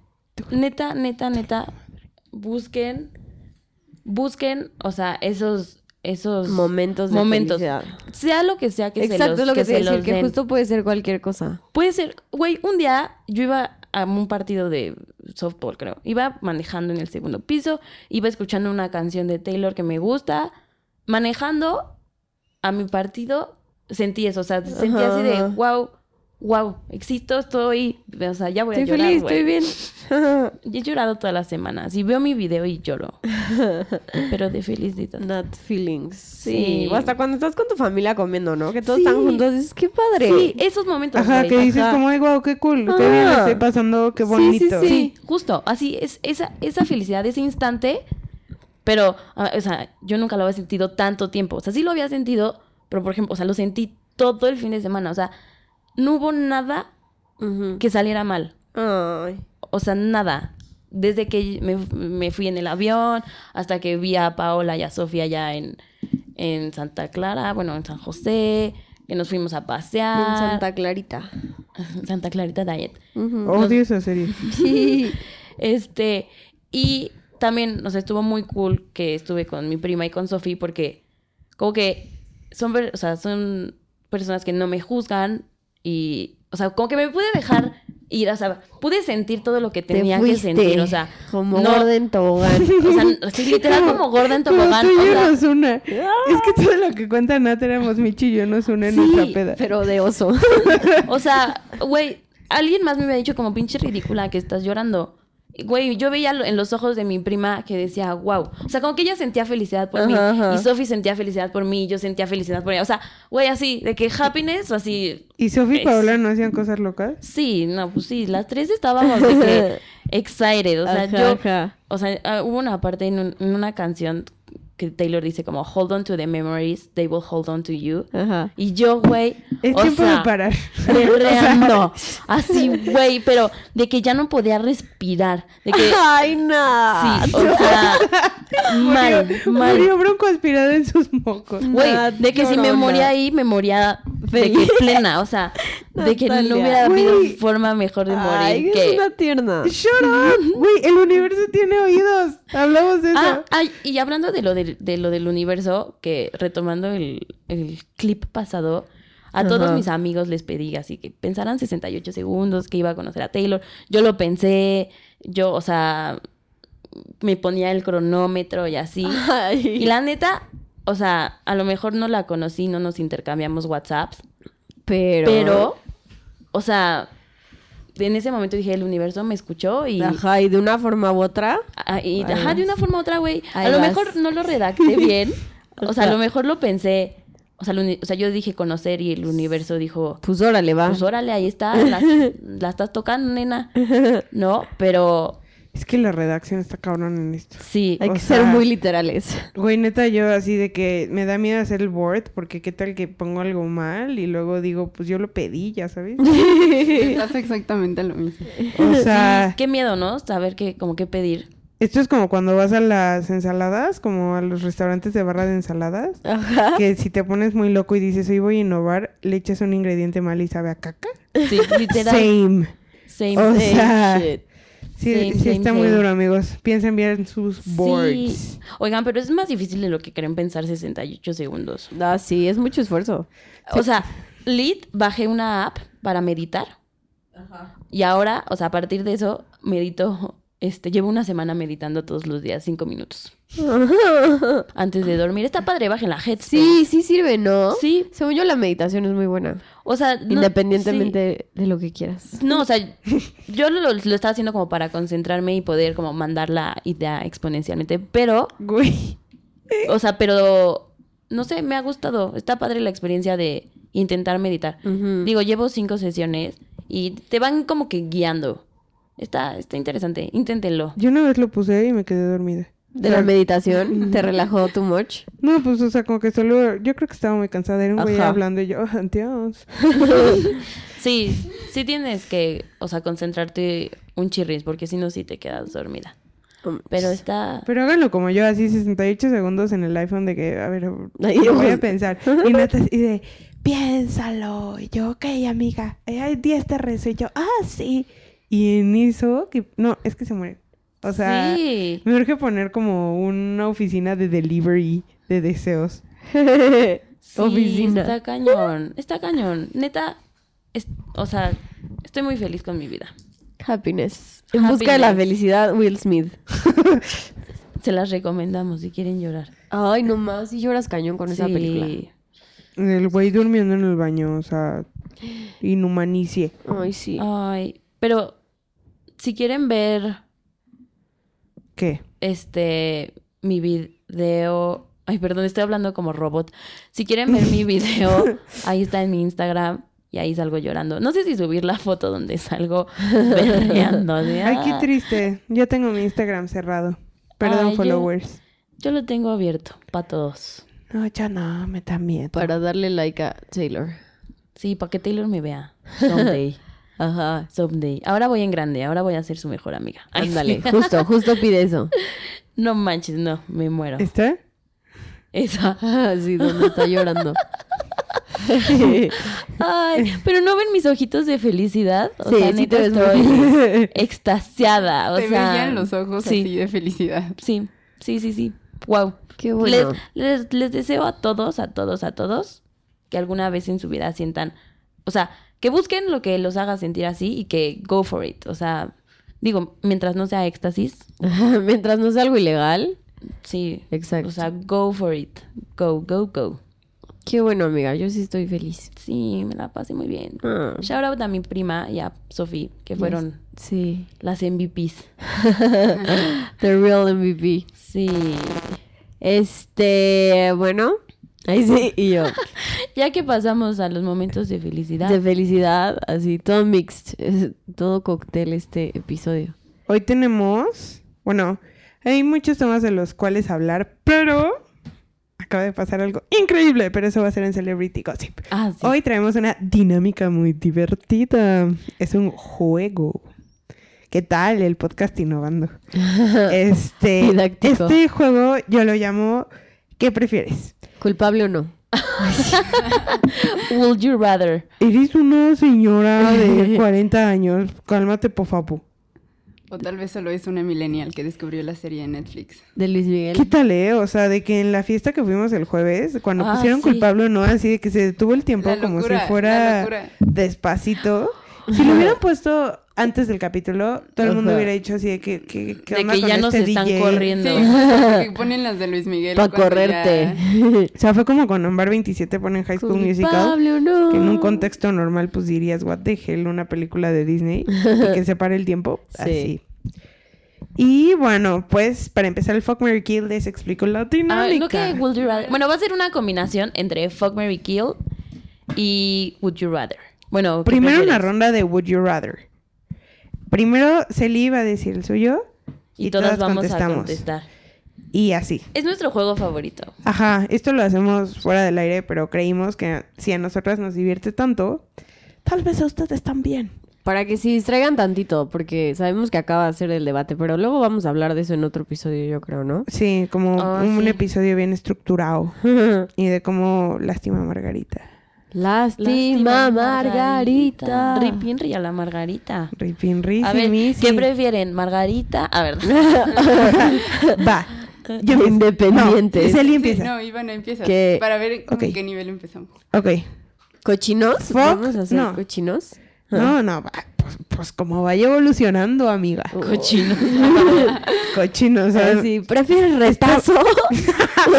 neta, neta, neta, busquen, busquen, o sea, esos, esos Momentos de momentos. felicidad. Sea lo que sea que se Exacto, los- es lo que, te se iba a los decir, que den. justo puede ser cualquier cosa. Puede ser, güey, un día yo iba a un partido de softball, creo. Iba manejando en el segundo piso, iba escuchando una canción de Taylor que me gusta. Manejando a mi partido, sentí eso, o sea, sentí Ajá, así de, ajá. wow, wow, existo, estoy, o sea, ya voy Estoy a llorar, feliz, güey". estoy bien. Yo he llorado todas las semanas y veo mi video y lloro. Pero de felicidad. Not feelings. Sí. Sí. O hasta cuando estás con tu familia comiendo, ¿no? Que todos Sí. están juntos, dices, qué padre. Sí, esos momentos. Ajá, güey. que dices ajá. como, ay, wow, qué cool, qué bien la Ah. estoy pasando, qué Sí, sí, bonito. sí. Sí, justo. Así es esa, esa felicidad, ese instante. Pero, ah, o sea, yo nunca lo había sentido tanto tiempo. O sea, sí lo había sentido, pero por ejemplo, o sea, lo sentí todo el fin de semana. O sea, no hubo nada Eh, Ujú. que saliera mal. Ay. O sea, nada. Desde que me, me fui en el avión hasta que vi a Paola y a Sofía ya en, en Santa Clara, bueno, en San José, que nos fuimos a pasear. En Santa Clarita. Santa Clarita Diet. Oh. Ujú. Odio esa serie. Sí. Este, y también, nos estuvo muy cool que estuve con mi prima y con Sofía porque como que son, per- o sea, son personas que no me juzgan y, o sea, como que me pude dejar ir, o sea, pude sentir todo lo que tenía que sentir, o sea, como no- gorda en tobogán. o sea, así literal como gorda en tobogán, Como tú o y yo sea, Ah. nos una. Es que todo lo que cuenta Nat éramos Michi y yo nos una en Sí, nuestra peda. pero de oso. o sea, güey, alguien más me había dicho como pinche ridícula que estás llorando. Y, Güey, yo veía lo- en los ojos de mi prima que decía, wow. O sea, como que ella sentía felicidad por mí. Ajá, ajá. Y Sophie sentía felicidad por mí. Y yo sentía felicidad por ella. O sea, güey, así, de que happiness, así. ¿Y Sofi y Es- Paola no hacían cosas locas? Sí, no, pues sí, las tres estábamos de que excited. O sea, Ajá, yo. ajá. O sea, ah, hubo una parte en, un- en una canción que Taylor dice como, hold on to the memories, they will hold on to you. Ajá. Y yo, güey. Es o tiempo sea, de parar. berreando. Así, güey, pero de que ya no podía respirar. De que, Ay, no. sí, o sea, mal, mal. Murió bronco aspirado en sus mocos. Güey, de que si me Llorona. moría ahí, me moría de que Feliz. plena, o sea, de que no Natalia. hubiera habido Güey. forma mejor de morir Ay, es que... una tierna. Shut up. Güey, el universo tiene oídos. Hablamos de eso. Ah, ay, y hablando de lo, del- de lo del universo, que retomando el, el clip pasado, a todos Ajá. mis amigos les pedí así que pensaran 68 segundos que iba a conocer a Taylor. Yo lo pensé, yo, o sea, me ponía el cronómetro y así. Ay. Y la neta, o sea, a lo mejor no la conocí, no nos intercambiamos WhatsApps, Pero. pero, o sea, en ese momento dije, el universo me escuchó y... Ajá, y de una forma u otra. Ah, y- Ahí ajá, de vas. una forma u otra, güey. A Ahí lo vas. mejor no lo redacté bien. O sea, a Ajá. lo mejor lo pensé. O sea, el uni- o sea, yo dije conocer y el universo dijo, Pues órale, va. pues órale, ahí está, la, la estás tocando, nena. No, pero Es que la redacción está cabrón en esto. sí. Hay o que sea- ser muy literales. Güey, neta, yo así de que me da miedo hacer el board porque qué tal que pongo algo mal y luego digo, pues yo lo pedí, ya sabes. Pasa exactamente lo mismo. O sea, Qué miedo, ¿no? Saber que, como qué pedir. esto es como cuando vas a las ensaladas, como a los restaurantes de barra de ensaladas, Ajá. que si te pones muy loco y dices, hoy voy a innovar, le echas un ingrediente mal y sabe a caca. Sí, literal. Same. Same. O same. sea, Shit. Sí, Same, sí same, está same. muy duro, amigos. Piensen bien sus boards. Sí. Oigan, pero es más difícil de lo que creen pensar 68 segundos. Ah, sí, es mucho esfuerzo. O sea, Lit bajé una app para meditar. Y ahora, o sea, a partir de eso, medito Este, llevo una semana meditando todos los días, cinco minutos. Antes de dormir. Está padre, bajen la Headspace. Sí, sí sirve, ¿no? Sí. Según yo, la meditación es muy buena. O sea, no- Independientemente de lo que quieras. sí. No, o sea, yo lo, lo estaba haciendo como para concentrarme y poder como mandar la idea exponencialmente. Pero, Güey. o sea, pero no sé, me ha gustado. Está padre la experiencia de intentar meditar. Ujú. Digo, llevo cinco sesiones y te van como que guiando. Está, está interesante. Inténtenlo. Yo una vez lo puse y me quedé dormida. De O sea, la meditación, te relajó too much. No, pues, o sea, como que solo... Yo creo que estaba muy cansada. Era un güey Ajá. hablando y yo, "Ah, Dios. Sí, sí tienes que, o sea, concentrarte un chirris, porque si no, sí te quedas dormida. Pero está. Pero háganlo como yo, así 68 segundos en el iPhone de que, a ver, Ay, lo voy Dios. a pensar. Y Nata así de, piénsalo. Y yo, ok, amiga, eh, hay 10 te rezo. Y yo, ah, sí. Y en eso, que, no, es que se mueren. O sea, sí. me urge poner como una oficina de delivery de deseos. sí, oficina. Está cañón. Está cañón. Neta, es- o sea, estoy muy feliz con mi vida. Happiness. En busca de la Happiness. felicidad, Will Smith. Se las recomendamos si quieren llorar. Ay, nomás, si lloras cañón con esa Sí. película. El güey durmiendo en el baño, o sea, inhumanicie. Ay, sí. Ay, pero si quieren ver ¿Qué? este mi video. Ay, perdón, estoy hablando como robot. Si quieren ver mi video, ahí está en mi Instagram y ahí salgo llorando. No sé si subir la foto donde salgo berreando. de, Ay, qué "Ah". triste. Yo tengo mi Instagram cerrado. Perdón, Ay, yo- followers. Yo lo tengo abierto para todos. No, yo no, me da miedo. Para darle like a Taylor. Sí, para que Taylor me vea. Someday. Ajá. Someday. Ahora voy en grande, ahora voy a ser su mejor amiga. Ay, Ándale, sí. justo, justo pide eso. No manches, no, me muero. ¿Está? Esa. sí, donde está llorando. Ay, pero no ven mis ojitos de felicidad. O Sí, sea, sí neta, te ves muy estoy extasiada. O Te sea, brillan los ojos sí, así de felicidad. Sí, sí, sí, sí. Wow. Qué bueno. Les, les, les deseo a todos, a todos, a todos, que alguna vez en su vida sientan, o sea, que busquen lo que los haga sentir así y que go for it. O sea, digo, mientras no sea éxtasis, Mientras no sea algo ilegal. sí. Exacto. O sea, go for it. Go, go, go. Qué bueno, amiga. Yo sí estoy feliz. Sí, me la pasé muy bien. Ah. Shout out a mi prima y a Sophie, que fueron Sí. las MVPs. The real MVP. Sí. Este, bueno. Ahí sí, y yo. Ya que pasamos a los momentos de felicidad. De felicidad, así, todo mixed. es todo cóctel este episodio. Hoy tenemos, bueno, hay muchos temas de los cuales hablar, pero acaba de pasar algo increíble, pero eso va a ser en Celebrity Gossip. Ah, sí. Hoy traemos una dinámica muy divertida. Es un juego. ¿Qué tal el podcast innovando? Este, Didáctico. este juego yo lo llamo ¿Qué prefieres? ¿Culpable o no? Would you rather? Eres una señora de 40 años, cálmate, por favor. O tal vez solo es una millennial que descubrió la serie en Netflix. De Luis Miguel. ¿Qué tal, eh? O sea, de que en la fiesta que fuimos el jueves, cuando Ah, pusieron sí. culpable o no, así de que se detuvo el tiempo La como si locura, la fuera locura. despacito. Si lo hubieran puesto antes del capítulo, todo el mundo Ajá. hubiera dicho así de que, que, que de onda que con ya nos este están DJ? Sí, corriendo. porque ponen las de Luis Miguel. Para cuando correrte. ya- O sea, fue como con Ambar 27 ponen High School Musical. ¿Culpable o no? Que en un contexto normal, pues dirías, what the hell, una película de Disney. Y que se pare el tiempo. Sí. Así. Y bueno, pues para empezar el Fuck Mary Kill les explico la Ah, dinámica. no que Would You Rather. Bueno, va a ser una combinación entre Fuck Mary Kill y Would You Rather. Bueno, ¿qué Primero una prefieres? ronda de Would You Rather. Primero Celi va a decir el suyo Y, y, todas, todas, vamos contestamos. a contestar. Y así. Es nuestro juego favorito. Ajá, esto lo hacemos fuera del aire, pero creímos que si a nosotras nos divierte tanto, tal vez a ustedes también. Para que se distraigan tantito, porque sabemos que acaba de ser el debate, pero luego vamos a hablar de eso en otro episodio, yo creo, ¿no? Sí, como Ah, un sí. episodio bien estructurado y de cómo lástima a Margarita. Lástima, Margarita. Rip Henry a la Margarita. Ripin, risi, A ver, misi. ¿qué prefieren? ¿Margarita? A ver. Va. Yo empiezo. Independientes. No, Celi Sí, empieza. no, Iván empieza. Que- Para ver con Ok. qué nivel empezamos. Ah. Ok. ¿Cochinos? Fuck, ¿Vamos a hacer no. cochinos? No, no, va. pues como vaya evolucionando, amiga. Cochino. Cochino, o Ah, sea, sí, prefieres retazo.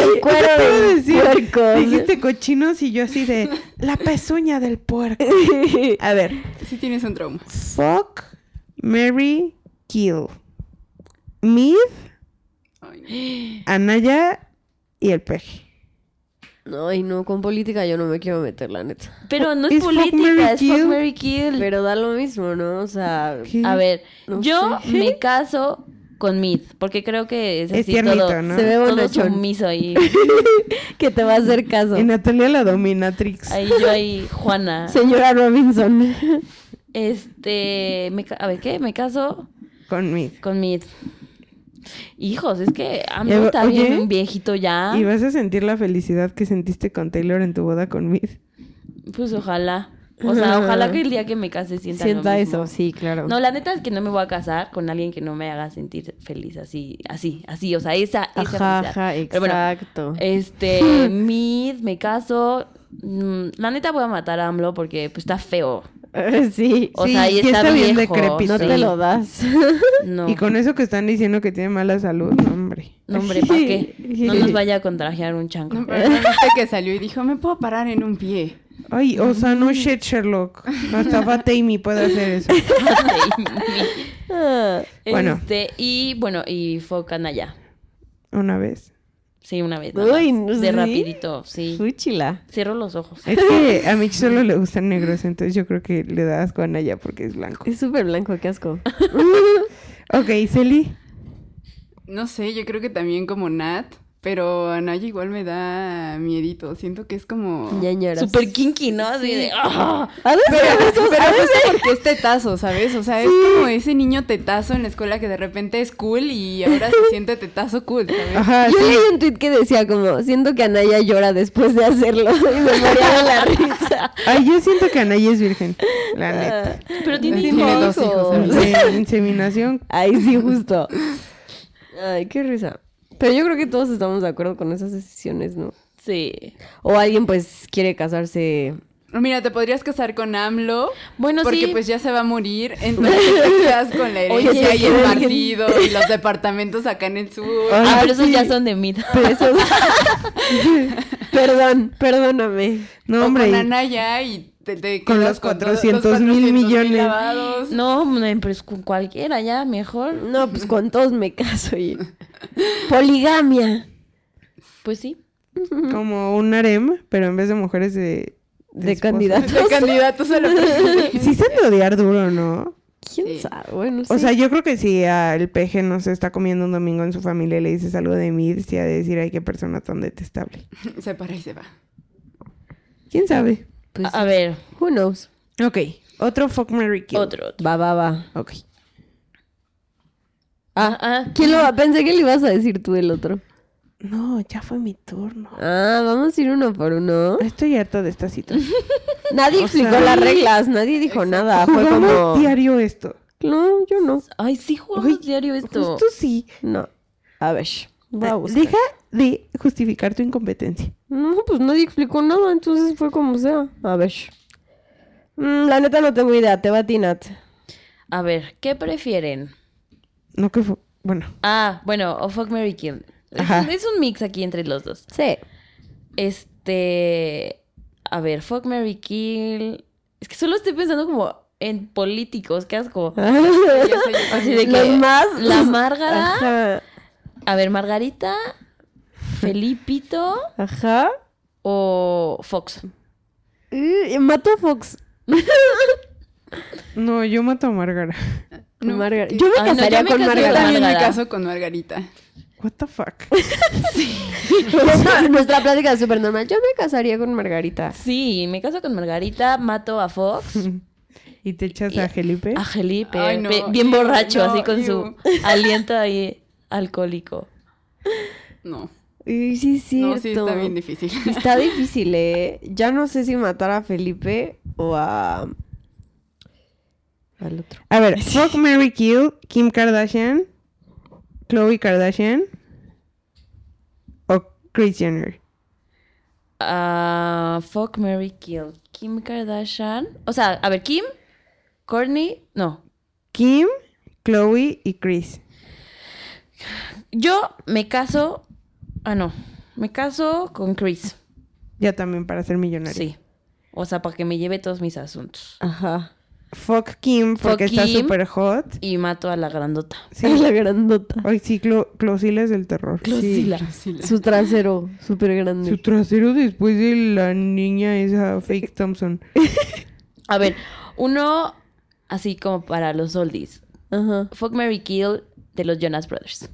el cuero ¿Qué te iba a del decir? puerco. Dijiste cochinos y yo así de la pezuña del puerco. A ver, Sí tienes un trauma. fuck, Mary, kill. Mid, Ay, Anaya y el peje. Ay, no, con política yo no me quiero meter, la neta. Pero no es, Es fuck, marry, política, es fuck, kill. marry, kill. Pero da lo mismo, ¿no? O sea, ¿Qué? A ver, No yo me caso con Mid, porque creo que es Es así tiernito, todo, ¿no? Se ve todo bonachón. sumiso ahí. que te va a hacer caso. Y Natalia la dominatrix. Ahí yo ahí, Juana. Señora Robinson. Este, me ca- a ver, ¿qué? Me caso Con Mid. con Mid. Hijos, es que a mí Ya, está oye, bien un viejito ya. Y vas a sentir la felicidad que sentiste con Taylor en tu boda con Mid. Pues ojalá. O sea, ojalá que el día que me case sienta, lo Sienta mismo. eso, sí, claro. No, la neta es que no me voy a casar con alguien que no me haga sentir feliz así, así, así. O sea, esa, esa Ajá, felicidad. ajá, Pero bueno, exacto. Este, Mid, me caso. Mm, La neta voy a matar a AMLO porque pues, está feo. eh, sí. O Sí, sea, y ya está, está bien viejo, decrépito. No sí. te lo das. No. Y con eso que están diciendo que tiene mala salud, no, hombre. No, hombre, ¿para qué? No nos vaya a contagiar un chanco. No, pero no viste que salió y dijo, me puedo parar en un pie. Ay, o sea, no shit, Sherlock. No, hasta Fat Amy puede hacer eso. Bueno. Este, y bueno, y fue canalla. Una vez. Sí, una vez. nada Uy, más. no de sé. rapidito, sí. Fúchila. Cierro los ojos. Es que a Mitch solo le gustan negros, entonces yo creo que le da asco a Naya porque es blanco. Es súper blanco, qué asco. Ok, Celi. No sé, yo creo que también como Nat, pero a Naya igual me da miedito. Siento que es como... Ñañaras. Super kinky, ¿no? Así de. ¡ah! A veces, a Pero, veces, pero a justo veces- porque es tetazo, ¿sabes? O sea, es como ese niño tetazo en la escuela que de repente es cool y ahora se siente tetazo cool, ¿sabes? Ajá, Yo sí. leí un tweet que decía como, siento que Anaya llora después de hacerlo y me moría de la risa. Ay, yo siento que Anaya es virgen. La neta. Pero tiene Sí, tiene hijos. dos Oh. hijos, ¿sabes? De inseminación. Ay, sí, justo. Ay, qué risa. Pero yo creo que todos estamos de acuerdo con esas decisiones, ¿no? Sí. O alguien pues quiere casarse. Mira, te podrías casar con AMLO. Bueno, porque sí. pues ya se va a morir. Entonces te quedas con la herencia Oye, y el sí. partido y los departamentos acá en el sur. Ay, Ah, pero esos sí. ya son de mid. Pero eso- Perdón, perdóname. No, O hombre. con y- Anaya y te, te Con quedas los todo- 400 mil 400 millones. lavados. No, no, pero es con cualquiera ya, mejor. No, pues con todos me caso y... Poligamia. Pues sí. Como un harem, pero en vez de mujeres de. De esposos. candidatos. De candidatos a la presidencia. Sí, se han de odiar duro, ¿no? ¿Quién Sí. sabe? Bueno, O sí. sea, yo creo que si al peje no se está comiendo un domingo en su familia y le dices algo de mí, sí ha de decir, ay, qué persona tan detestable. Se para y se va. ¿Quién sabe? Pues, a a ver, who knows. Ok, otro fuck Mary Kill. otro, otro. Va, va, va. Ok. Ah, Ah. ¿quién lo va? Pensé que le ibas a decir tú el otro. No, ya fue mi turno. Ah, vamos a ir uno por uno. Estoy harta de esta situación. Nadie O explicó sea- las reglas, nadie dijo nada. Fue Jugamos como. diario esto. No, yo no. Ay, sí jugamos Uy, diario esto. Justo sí. No. A ver, voy a buscar. Eh, Deja de justificar tu incompetencia. No, pues nadie explicó nada, entonces fue como sea. A ver. Mm, la neta no tengo idea, te va a ti, Nat. A ver, ¿qué prefieren? No que fue... Bueno. Ah, bueno, o Fuck Mary Kill. Es, Ajá. un- es un mix aquí entre los dos. Sí. Este. A ver, Fuck Mary Kill. Es que solo estoy pensando como en políticos, qué asco. Yo soy- Así de que. Los más. La Márgara. Ajá. A ver, Margarita. Felipito. Ajá. O Fox. Y mató a Fox. No, yo mato a Margara. No, Margar- porque- Yo me Ay, no, yo casaría me con casaría Margarita. Yo también me Margarita. caso con Margarita. What the fuck. Nuestra- Nuestra plática es súper normal. Yo me casaría con Margarita. Sí, me caso con Margarita, mato a Fox. ¿Y te echas Y- a Felipe? A Ah. Felipe. Ay, no, pe- bien ew, borracho, no, así con ew. su aliento ahí alcohólico. No. Uy, sí, es cierto. No, sí, está bien difícil. Está difícil, ¿eh? Ya no sé si matar a Felipe o a... Al otro. A ver, fuck Mary Kill, Kim Kardashian, Chloe Kardashian o Kris Jenner. Ah, fuck Mary Kill. Kim Kardashian. O sea, a ver, Kim, Courtney, no. Kim, Chloe y Chris. Yo me caso. Ah, no. Me caso con Chris. Yo también para ser millonario. Sí. O sea, para que me lleve todos mis asuntos. Ah. Ajá. Fuck Kim porque Fuck está Kim. súper hot. Y mato a la grandota. Sí. la grandota. Ay, sí, Clo Closila es del terror. Closila. Su trasero, súper grande. Su trasero después de la niña esa fake Thompson. A ver, uno así como para los oldies. Ajá. Fuck Mary Kill de los Jonas Brothers.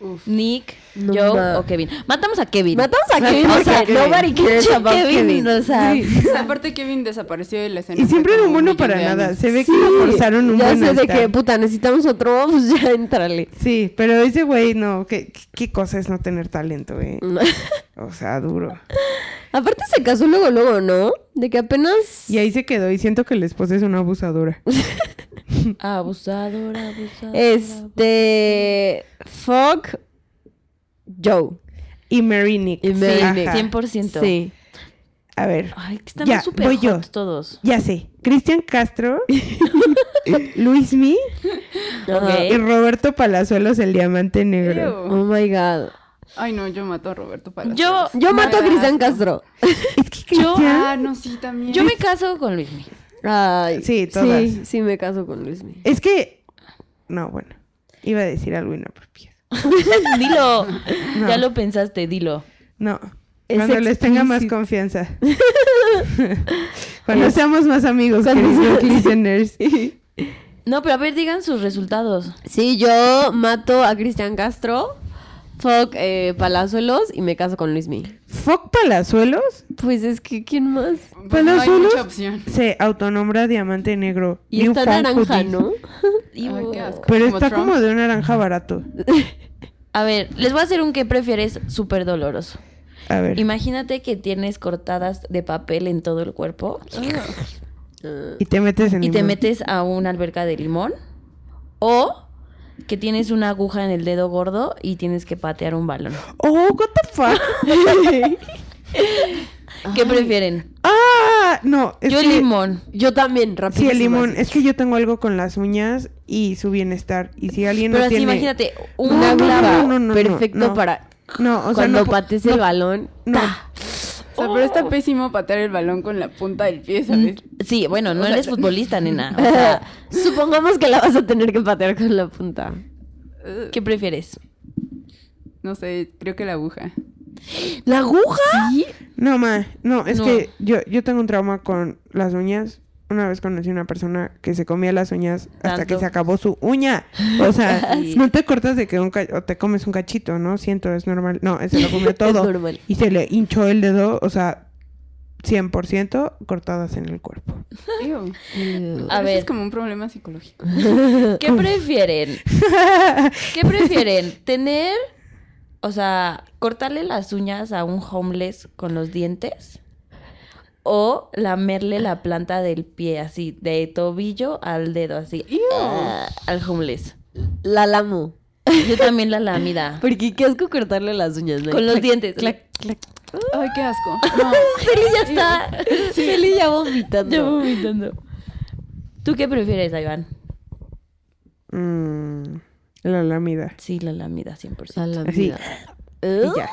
Uf. Nick, No Joe ma- o Kevin. Matamos a Kevin. Matamos a Kevin. O o sea, Kevin. nobody cares Pinche about Kevin. Kevin, o sea. Aparte Kevin desapareció de la escena. Y siempre Fue era un como bueno un para millón de nada. años. Se ve que lo forzaron un ya buen sé de hasta- que, puta, necesitamos otro, pues ya entrale. Sí, pero ese güey no. ¿qué, qué- qué cosa es no tener talento, eh? O sea, duro. Aparte se casó luego, luego, ¿no? De que apenas... Y ahí se quedó y siento que la esposa es una abusadora. Abusador, abusador. Este... Fuck... Joe. Y Mary Nick. Y Mary Ajá. Nick. 100%. Sí. A ver, Ay, que Ya, estamos súper voy hot yo. todos. ya sé. Cristian Castro, Luis Mi Ok. y Roberto Palazuelos, el diamante negro. Ew. Oh my God. Ay, no, yo mato a Roberto Palacios. Yo- Yo mato a Me Cristian das- Castro. Es que Yo- Cristian- Ah, no, sí, también. Yo me caso con Luismi. Ay, Sí, todas. Sí, sí me caso con Luis Miguel. Es que. No, bueno. Iba a decir algo inapropiado. dilo. No. Ya lo pensaste, dilo. No. Es Cuando les tenga más explícito. confianza. Cuando seamos más amigos, queridos listeners. No, pero a ver, digan sus resultados. Sí, yo mato a Cristian Castro, fuck eh, Palazuelos y me caso con Luis Miguel. Foc Palazuelos Pues es que, ¿quién más? Pues no hay Palazuelos mucha opción. se autonombra diamante negro. Y New está Found naranja, Hoodies. ¿no? Y- Ay, qué asco. Pero Como está Trump. como de un naranja barato. A ver, les voy a hacer un que prefieres súper doloroso. A ver. Imagínate que tienes cortadas de papel en todo el cuerpo Y te metes en y te limón. metes a una alberca de limón. O que tienes una aguja en el dedo gordo y tienes que patear un balón. Oh, what the fuck. ¿Qué prefieren? ah, no. es Yo que- limón. Yo también, rápido. Sí, el limón. Es que yo tengo algo con las uñas y su bienestar. Y si alguien Pero no así tiene... imagínate, No, una Una no, clava no, no, no, no, perfecto no. para No, o sea, cuando no, po- patees el no, balón. No, O sea, pero Oh. está pésimo patear el balón con la punta del pie, ¿sabes? Mm. Sí, bueno, no sea, eres no. futbolista, nena. O sea, supongamos que la vas a tener que patear con la punta. Ugh. ¿qué prefieres? No sé, creo que la aguja. ¿La aguja? Sí. no, ma, no, es No. que yo, yo tengo un trauma con las uñas. Una vez conocí a una persona que se comía las uñas hasta Tanto. que se acabó su uña. O sea, Sí. no te cortas de que un ca- o te comes un cachito, ¿no? Siento, es normal. No, se lo comió todo. Es normal. Y se le hinchó el dedo, o sea, 100% cortadas en el cuerpo. Ew. Eh, A Pero eso ver. Es como un problema psicológico. ¿Qué Mm. prefieren? ¿Qué prefieren? ¿Tener, o sea, cortarle las uñas a un homeless con los dientes? ¿O lamerle la planta del pie, así, de tobillo al dedo, así, ah, al homeless? La lamo. Yo también la lamida. Porque qué asco cortarle las uñas, ¿no? Con los Pues, Clac, dientes. clac, clac. Ay, qué asco. No. Celia ya está. Feli ya vomitando. Ya vomitando. ¿Tú qué prefieres, Iván? Mm, la lámida. Sí, la lamida, 100%. A la Así. vida. ¿Eh? Y ya.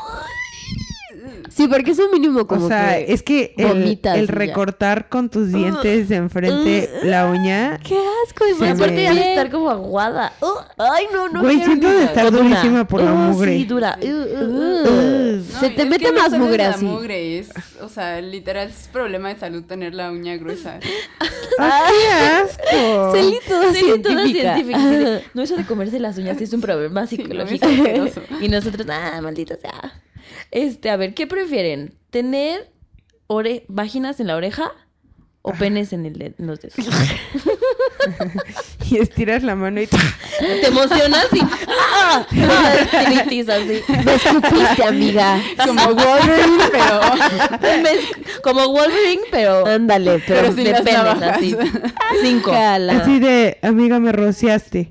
Sí, porque es un mínimo como o sea, que... es que el, vomitas el y ya. recortar con tus dientes de enfrente la uña. Qué asco, y Sí, por Aparte güey. ya de de estar como aguada. Uh, ay, no, no Güey, quiero siento ni- de estar Con una. durísima por la Oh, mugre. Sí, dura. Uh, uh, uh. Uh, No, Se No, te es mete que no más solo es mugre la así. mugre, es, o sea, literal es problema de salud tener la uña gruesa. ¡Ay, Ah, qué Ah. asco! Celí toda Sí, toda científica. científica, sí, de, No, eso de comerse las uñas es un problema Sí, no, psicológico. es asqueroso. y nosotros, ah, maldita sea. Este, a ver, ¿qué prefieren? ¿Tener ore- vaginas en la oreja o penes en, el de- en los dedos? Y estiras la mano y... Te emocionas y... ¡Ah! ah, tinnitus, así. Me escupiste, amiga. Como Wolverine, pero, Me es- Como Wolverine, pero... Ándale, pero... pero sin de las penes, navajas. así. Ah, Cinco. Cala. Así de, amiga, me rociaste.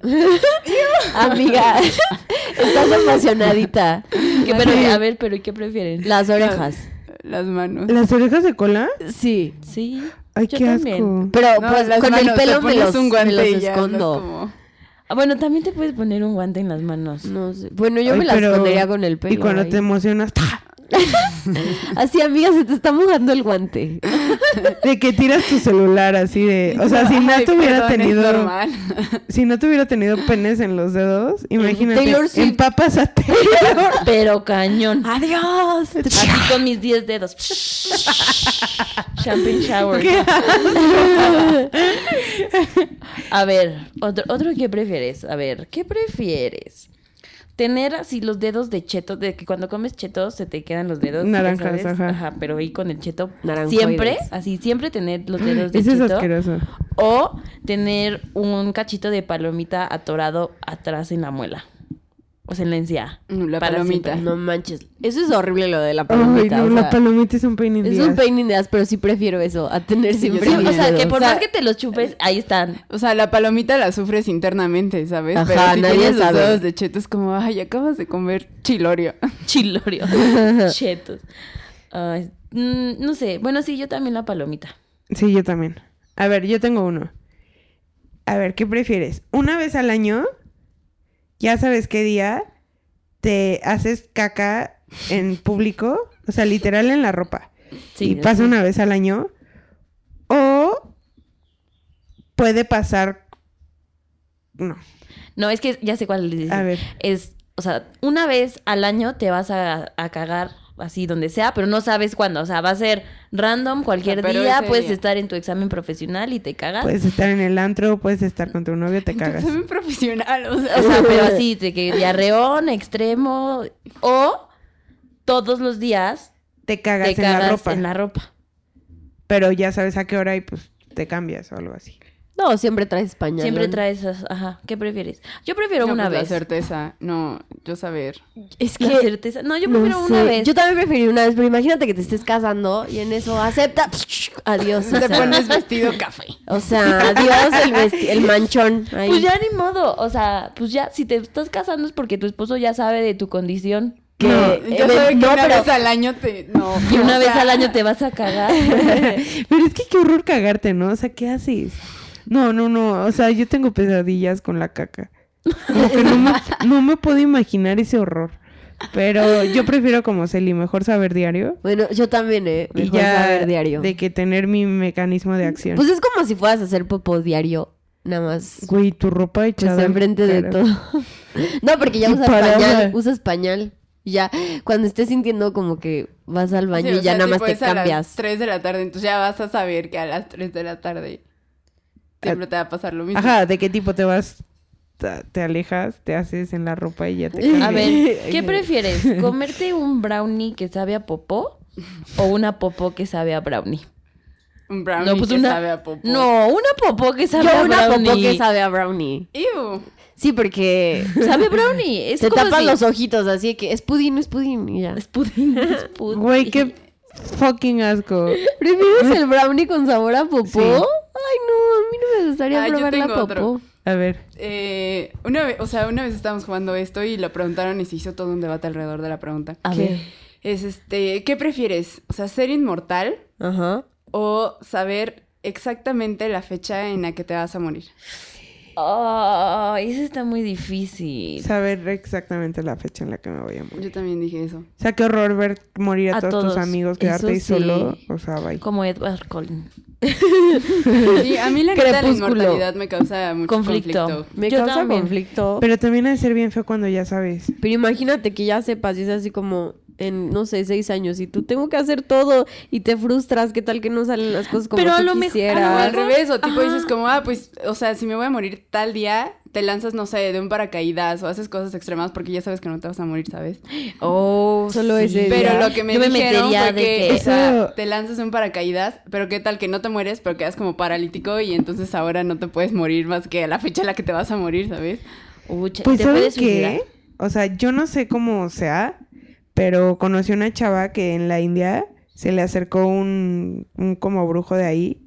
Amiga, estás emocionadita. ¿Qué- pero, a ver, pero ¿qué prefieren? Las orejas. Las manos. ¿Las orejas de cola? Sí. Sí. Ay, Yo qué también. asco. Pero No, pues las con el manos, te pelo me pones los, un guante me los y ya, no es escondo. como- Ah, bueno, también te puedes poner un guante en las manos. No sé. Bueno, yo Ay, me las pero- escondería con el pelo. Y cuando ahí. te emocionas, ¡ta! Así, amiga, se te está mojando el guante. de que tiras tu celular así de, o sea, si Ay, Nat hubiera perdón, es tenido, normal. si no tuviera tenido penes en los dedos, imagínate, Taylor Swift. empapas a Taylor. Pero cañón. Ah, Adiós. Así con mis 10 dedos. Champagne shower. ¿Qué? A ver, otro, otro que prefieres. A ver, ¿qué prefieres? Tener así los dedos de cheto, de que cuando comes cheto se te quedan los dedos. ya Naranjas, sabes. ajá. Pero ahí con el cheto. Naranjoides. Siempre, así, siempre tener los dedos de Ese es cheto. asqueroso. O tener un cachito de palomita atorado atrás en la muela. O sea, en la encía. La Para palomita. No manches. Eso es horrible lo de la Ay, palomita. no, o la sea, palomita es un pain in es the un ass. pain in the ass, pero sí prefiero eso, a tener siempre. Sí, siempre. O mis sea, que dedos. por O sea, más que te los eh. chupes, ahí están. O sea, la palomita la sufres internamente, ¿sabes? Ajá, Pero si nadie tienes sabe. los dedos de cheto es como, ay, acabas de comer chilorio. Chilorio. Chetos. Ay, mm, no sé. Bueno, sí, yo también la palomita. Sí, yo también. A ver, yo tengo uno. A ver, ¿qué prefieres? Una vez al año, ya sabes qué día, te haces caca en público, o sea, literal en la ropa. Sí, y pasa una vez al año. O puede pasar. No, No, es que ya sé cuál les dice. a ver. Es, o sea, una vez al año te vas a, a cagar así donde sea, pero no sabes cuándo. O sea, va a ser random cualquier Ah, pero día. ese Puedes día. estar en tu examen profesional y te cagas. Puedes estar en el antro, puedes estar con tu novio, te cagas. Soy un profesional, o sea. O sea, pero así, de que diarreón, extremo. O todos los días Te cagas, te cagas en la ropa. en la ropa. Pero ya sabes a qué hora y pues te cambias o algo así. No, siempre traes pañal. Siempre traes esas. Ajá. ¿Qué prefieres? Yo prefiero No, una pues, La vez. certeza, no, yo saber. Es La que certeza. No, yo No prefiero una sé. vez. Yo también preferiría una vez, pero imagínate que te estés casando y en eso acepta. Adiós. O Te sea, pones vestido café. o sea, adiós el, vesti- el manchón. ahí. Pues ya ni modo. O sea, pues ya, si te estás casando es porque tu esposo ya sabe de tu condición. Que- eh, Yo ve- sabe que no, una pero- vez al año te... No. Y una o vez sea, al año te vas a cagar. Pero es que qué horror cagarte, ¿no? O sea, ¿qué haces? No, no, no. O sea, yo tengo pesadillas con la caca. Como que no me, no me puedo imaginar ese horror. Pero yo prefiero como Celi, mejor saber diario. Bueno, yo también, ¿eh? y Mejor ya saber diario. de que tener mi mecanismo de acción. Pues es como si fueras a hacer popo diario. Nada más. Güey, tu ropa Pues echada. en enfrente de cara. todo. No, porque ya Y usas parada. pañal. Usas pañal. Y Ya, cuando estés sintiendo como que vas al baño sí, y o ya sea, nada más tipo, te es a las cambias. 3 de la tarde, entonces ya vas a saber que a las 3 de la tarde siempre te va a pasar lo mismo. Ah. Ajá, ¿de qué tipo te vas? Ta- Te alejas, te haces en la ropa y ya te A cambias. ver, ¿qué prefieres? ¿Comerte un brownie que sabe a popó o una popó que sabe a brownie? Un brownie No, pues que una- sabe a popó. No, una popó que sabe Yo a una brownie. popo que sabe a brownie. Ew. Sí, porque Sabe a brownie. Es te como tapan si- los ojitos, así que es pudín, es pudín y ya. Es pudín, es pudín. Güey, qué fucking asco. ¿Prefieres el brownie con sabor a popó? Sí. Ay, no, a mí no me gustaría Ah, yo probar la tengo popó. otro. A ver. Eh, una vez, o sea, una vez estábamos jugando esto y lo preguntaron y se hizo todo un debate alrededor de la pregunta. A ¿Qué? ver. Es este, ¿qué prefieres? O sea, ser inmortal Ajá. o saber exactamente la fecha en la que te vas a morir. Oh, eso está muy difícil. Saber exactamente la fecha en la que me voy a morir. Yo también dije eso. O sea, qué horror ver morir a, A todos, todos. tus amigos, Eso quedarte ahí sí. solo. O sea, bye. Como Edward Cullen. Sí, a mí la neta la Crepúsculo. inmortalidad me causa mucho Conflicto. conflicto. Me Yo causa también. conflicto. Pero, Pero también ha de ser bien feo cuando ya sabes. imagínate que ya sepas y es así como en, no sé, seis años y tú tengo que hacer todo y te frustras. ¿Qué tal que no salen las cosas como Pero a tú lo mej- O quisieras? al revés, o tipo Ajá. dices como, ah, pues, o sea, si me voy a morir tal día, te lanzas, no sé, de un paracaídas o haces cosas extremas porque ya sabes que no te vas a morir, ¿sabes? Oh, solo sí. ese Pero día. lo que me Yo me dijeron metería fue de que, que- o sea, Eso- te lanzas un paracaídas, pero qué tal que no te mueres, pero quedas como paralítico y entonces ahora no te puedes morir más que a la fecha en la que te vas a morir, ¿sabes? Uy, che, Pues, ¿te puedes ¿sabes suicidar? qué? O sea, yo no sé cómo sea, pero conocí una chava que en la India se le acercó un, un como brujo de ahí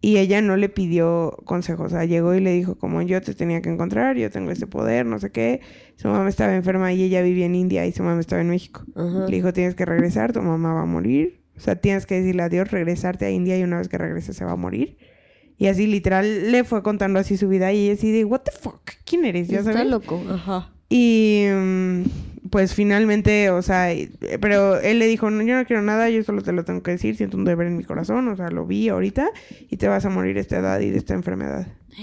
y ella no le pidió consejo. O sea, llegó y le dijo como yo te tenía que encontrar, yo tengo este poder, no sé qué. Su mamá estaba enferma y ella vivía en India y su mamá estaba en México. Ajá. Le dijo, tienes que regresar, tu mamá va a morir, O sea, tienes que decirle adiós, regresarte a India y una vez que regrese se va a morir. Y así literal le fue contando así su vida y ella así de, what the fuck, ¿quién eres? Ya Está sabes. loco. Ajá. Y mm, pues finalmente, o sea, y- pero él le dijo, no, yo no quiero nada, yo solo te lo tengo que decir, siento un deber en mi corazón, o sea, lo vi ahorita y te vas a morir de esta edad y de esta enfermedad.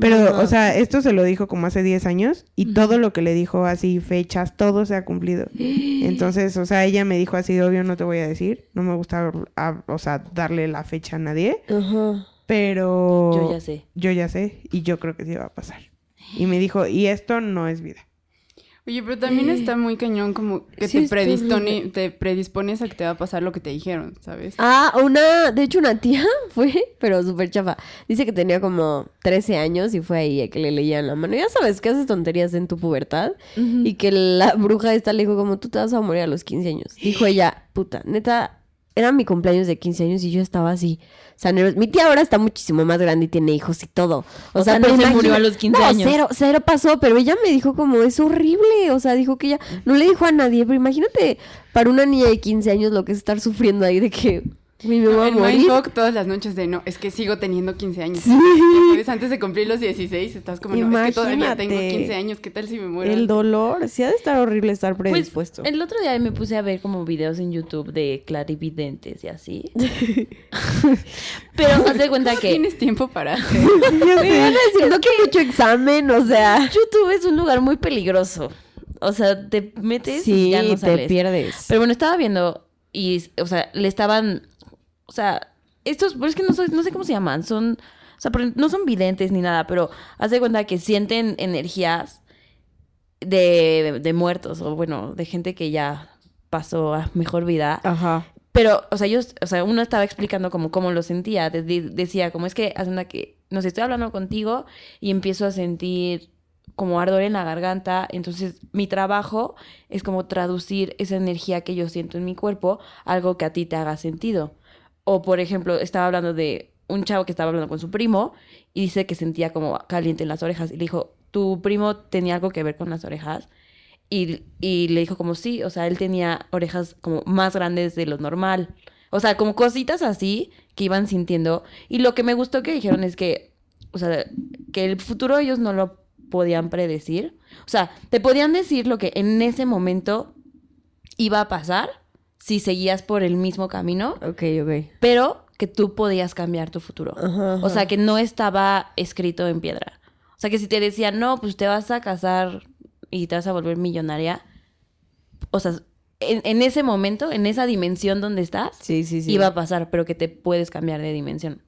Pero, Ajá. o sea, esto se lo dijo como hace 10 años y todo lo que le dijo así, fechas, todo se ha cumplido. Entonces, o sea, ella me dijo así, obvio, no te voy a decir, no me gusta, ah, o sea, darle la fecha a nadie, Ajá. pero Oh. Yo ya sé. yo ya sé y yo creo que sí va a pasar. Y me dijo, y esto no es vida. Oye, pero también está muy cañón como que Sí, te, está horrible. predispone, te predispones a que te va a pasar lo que te dijeron, ¿sabes? Ah, una, de hecho una tía fue, pero súper chafa. Dice que tenía como 13 años y fue ahí a que le leían la mano. Ya sabes que haces tonterías en tu pubertad. Y que la bruja esta le dijo como, tú te vas a morir a los 15 años. Dijo ella, puta, neta, era mi cumpleaños de 15 años y yo estaba así. O sea, nerviosa. mi tía ahora está muchísimo más grande y tiene hijos y todo. O, O sea, no pero se murió imagina- a los 15 No, años. cero, cero pasó, pero ella me dijo como, es horrible. O sea, dijo que ella, no le dijo a nadie, pero imagínate para una niña de 15 años lo que es estar sufriendo ahí de que mi me voy a en morir. Mindfuck todas las noches de no, es que sigo teniendo 15 años. Sí. Ya sabes, Antes de cumplir los 16 estás como, no, es que todavía tengo Imagínate. 15 años, ¿qué tal si me muero? El dolor, sí ha de estar horrible estar Pues, predispuesto. el otro día me puse a ver como videos en YouTube de clarividentes y así. Pero haz de cuenta ¿Cómo que... tienes tiempo para...? Me van a decir, no que mucho examen, o sea. YouTube es un lugar muy peligroso. O sea, te metes y Sí, ya no te sales. pierdes. Pero bueno, estaba viendo y, o sea, le estaban, o sea, estos, pero es que no, sé- no sé cómo se llaman, son, o sea, pero no son videntes ni nada, pero haz de cuenta que sienten energías de, de muertos o bueno, de gente que ya pasó a mejor vida. Ajá. Pero, o sea, yo, o sea, uno estaba explicando como cómo lo sentía. De- de- decía, como es que, haz de cuenta que, no sé, estoy hablando contigo y empiezo a sentir como ardor en la garganta. Entonces, mi trabajo es como traducir esa energía que yo siento en mi cuerpo a algo que a ti te haga sentido. O, por ejemplo, estaba hablando de un chavo que estaba hablando con su primo y dice que sentía como caliente en las orejas. Y le dijo, ¿tu primo tenía algo que ver con las orejas? Y, y le dijo como sí, o sea, él tenía orejas como más grandes de lo normal. O sea, como cositas así que iban sintiendo. Y lo que me gustó que dijeron es que, o sea, que el futuro ellos no lo podían predecir. O sea, te podían decir lo que en ese momento iba a pasar si seguías por el mismo camino, Ok, ok. pero que tú podías cambiar tu futuro. O sea, que no estaba escrito en piedra. O sea, que si te decían, no, pues te vas a casar y te vas a volver millonaria. O sea, en, en ese momento, en esa dimensión donde estás, Sí, sí, sí. iba a pasar, pero que te puedes cambiar de dimensión.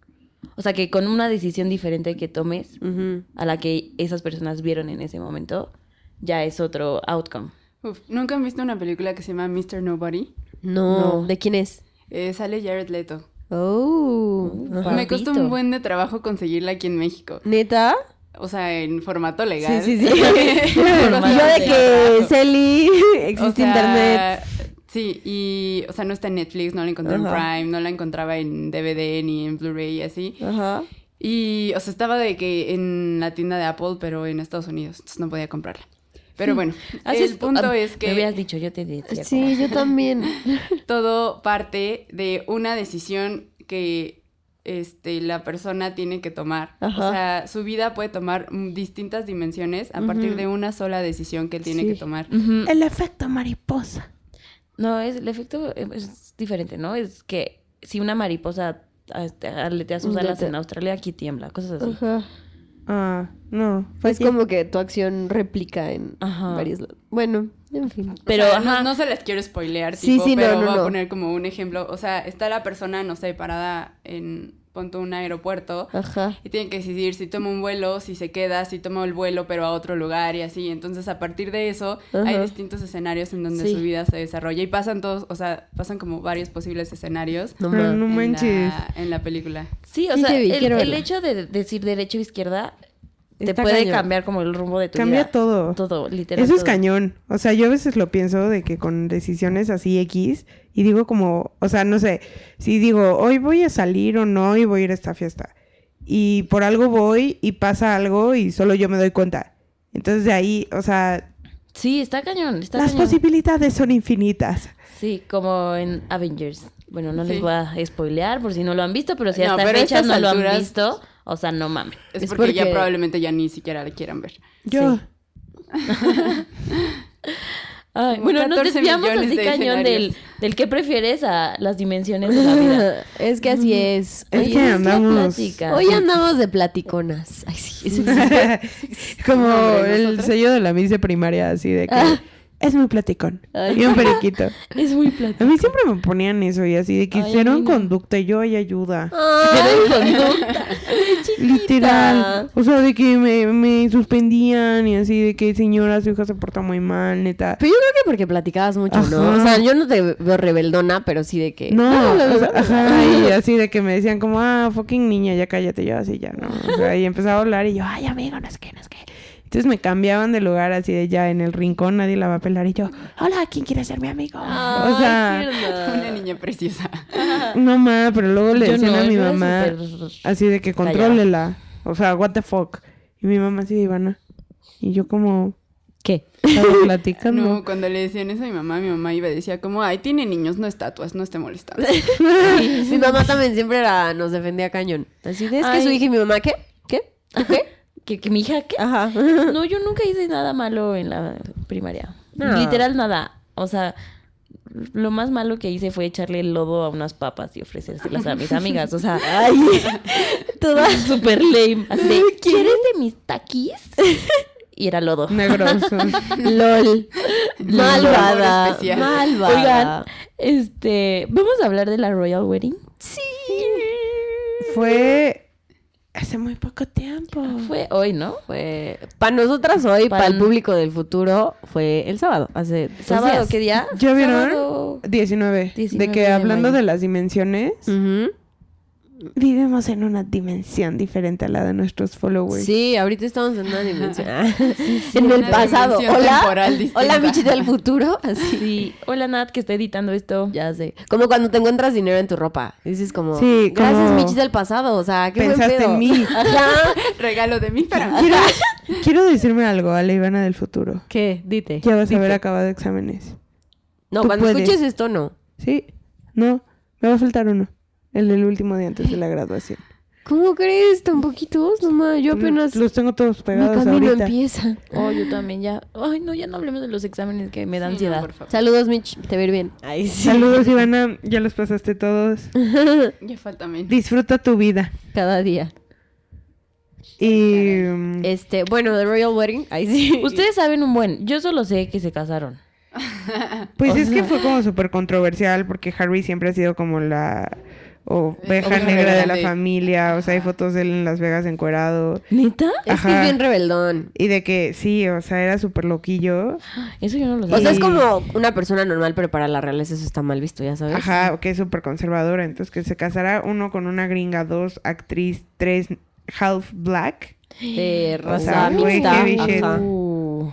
O sea, que con una decisión diferente que tomes Ujú. a la que esas personas vieron en ese momento, ya es otro outcome. Uf, ¿Nunca han visto una película que se llama Mr. Nobody? No. No. ¿De quién es? Eh, sale Jared Leto. Oh. Ajá. Me costó Papito. un buen de trabajo conseguirla aquí en México. ¿Neta? O sea, en formato legal. Sí, sí, sí. Yo Y Yo de que Celi existe internet. Sí, y, o sea, no está en Netflix, no la encontré en Ajá. Prime, no la encontraba en DVD ni en Blu-ray y así. Ajá. Y, o sea, estaba de que en la tienda de Apple, pero en Estados Unidos, entonces no podía comprarla. Hmm. Pero bueno, el punto Ah, es Me que hubieras dicho, yo te decía. Sí, yo también. todo parte de una decisión que este, la persona tiene que tomar. Ajá. O sea, su vida puede tomar mm, distintas dimensiones a partir de una sola decisión que él tiene Sí. que tomar. Ujú. El efecto mariposa. No, es, el efecto eh, es diferente, ¿no? Es que si una mariposa este, aletea sus alas en Australia, aquí tiembla, cosas así. Ajá. Ah, no. fue Es como que tu acción replica en Ajá. varios lados. Bueno, en fin. Pero, O sea, no, ajá, no se las quiero spoilear, Sí, tipo, sí, no, pero no, voy no. a poner como un ejemplo. O sea, está la persona, no sé, parada en, ponte un aeropuerto Ajá. y tiene que decidir si toma un vuelo, si se queda, si toma el vuelo, pero a otro lugar y así. Entonces, a partir de eso, hay Ajá. distintos escenarios en donde Sí. su vida se desarrolla y pasan todos, o sea, pasan como varios posibles escenarios No Pero mames. no en, manches. la, en la película. sí, o Sí, sea, te vi, el, quiero el verla. hecho de decir derecho o izquierda te Está puede cañón. cambiar como el rumbo de tu Cambia vida. todo. Todo, literal. Eso es todo. cañón. O sea, yo a veces lo pienso de que con decisiones así X y digo como, o sea, no sé, si digo, hoy voy a salir o no y voy a ir a esta fiesta. Y por algo voy y pasa algo y solo yo me doy cuenta. Entonces de ahí, o sea, Sí, está cañón, está las cañón. posibilidades son infinitas. Sí, como en Avengers. Bueno, no les Sí. voy a spoilear por si no lo han visto, pero si No, hasta pero a fecha estas no lo han alturas- visto, o sea, no mames. Es, Es porque, ya porque- probablemente ya ni siquiera la quieran ver. Yo. Ay, Como bueno, nos 14 desviamos millones así de cañón del, escenarios. del que prefieres a las dimensiones de la vida. Es que así es. Es Oye, que es la andamos- plática. Hoy andamos de platiconas. Ay, sí, eso existe. Como Hombre, el nosotras. sello de la mis de primaria, así de que Ah. es muy platicón. Ay. Y un periquito. Es muy A plática. mí siempre me ponían eso y así de que Ay, a hicieron mí no. conducta y yo hay ayuda. Ay, Literal. O sea, de que me, me suspendían y así de que señora, su hija se porta muy mal, neta. Pero yo creo que porque platicabas mucho, ¿no? Ajá. O sea, yo no te veo rebeldona, pero sí de que. No, o sea, ajá, y así de que me decían como, ah, fucking niña, ya cállate, yo así ya, ¿no? O sea, y empezaba a hablar y yo, ay, amigo, no es que, no es que. Entonces me cambiaban de lugar así de ya en el rincón, nadie la va a pelar y yo, hola, ¿quién quiere ser mi amigo? Ay, o sea, tierna. Una niña preciosa. no ma, pero luego le Yo decían no, a mi yo era mamá súper- así de que callada. contrólela, o sea, what the fuck. Y mi mamá así de Ivana. Y yo como, ¿Qué? estaba platicando. No, cuando le decían eso a mi mamá, mi mamá iba y decía como, ay, tiene niños, no estatuas, no esté molestando. Mi mamá también siempre era, nos defendía cañón. Así de, es que Ay. su hija y mi mamá, ¿qué? ¿Qué? ¿Tú qué? ¿Que, que mi hija qué? Ajá. No, yo nunca hice nada malo en la primaria. No. Literal nada. O sea, lo más malo que hice fue echarle lodo a unas papas y ofrecérselas a mis amigas. O sea, ay, toda super lame. Así de, ¿quieres de mis taquis? Y era lodo. Negrosos. LOL. Humor Malvada. especial. Malvada. Oigan, este, vamos a hablar de la Royal Wedding. Sí. Fue hace muy poco tiempo. Fue hoy, ¿no? Fue. Para nosotras hoy, Para para el n- público del futuro, fue el sábado. Hace dos Sábado, días. ¿qué día? ¿Ya vieron? Sábado. 19. De 19 que de hablando mayo. de las dimensiones, Ujú. vivimos en una dimensión diferente a la de nuestros followers. Sí, ahorita estamos en una dimensión. en una el pasado. dimensión Hola. temporal distinta. Hola, Michi del futuro. Así. Sí. Hola Nat, que está editando esto. Ya sé. Como cuando te encuentras dinero en tu ropa. Dices como, Sí, como- gracias Michi del pasado. O sea, qué Pensaste buen pedo. en mí. Ajá. Regalo de mí para Quiero, quiero decirme algo a la Ivana del futuro. ¿Qué? Dite. Ya vas a haber acabado exámenes. No, Tú cuando puedes. escuches esto, no. ¿Sí? No, me va a faltar uno. El del último día antes de la graduación. ¿Cómo crees? ¿Tan poquitos? No, ma, yo apenas... Los tengo todos mi pegados camino ahorita. empieza. Oh, yo también ya. Ay, no, ya no hablemos de los exámenes que me da Sí, no, ansiedad. por favor. Saludos, Mitch. Te ver bien. Ay, sí. Saludos, Ivana. Ya los pasaste todos. Ya falta menos. Disfruta tu vida. Cada día. Y. mm, Este, bueno, The Royal Wedding. Ay, sí. Ustedes saben un buen. Yo solo sé que se casaron. Pues es que fue como súper controversial porque Harry siempre ha sido como la oveja Oveja negra de la grande. familia. O sea, hay fotos de él en Las Vegas encuerado. ¿Neta? Es que Ajá. es bien rebeldón. Y de que sí, o sea, era súper loquillo. Eso yo no lo sé. O sea, es Sí. como una persona normal, pero para la realeza eso está mal visto, ya sabes. Ajá, que es súper conservadora. Entonces, que se casara uno con una gringa, dos actriz, tres half black. De sea, raza güey, mixta. heavy shit. Ajá. Uh.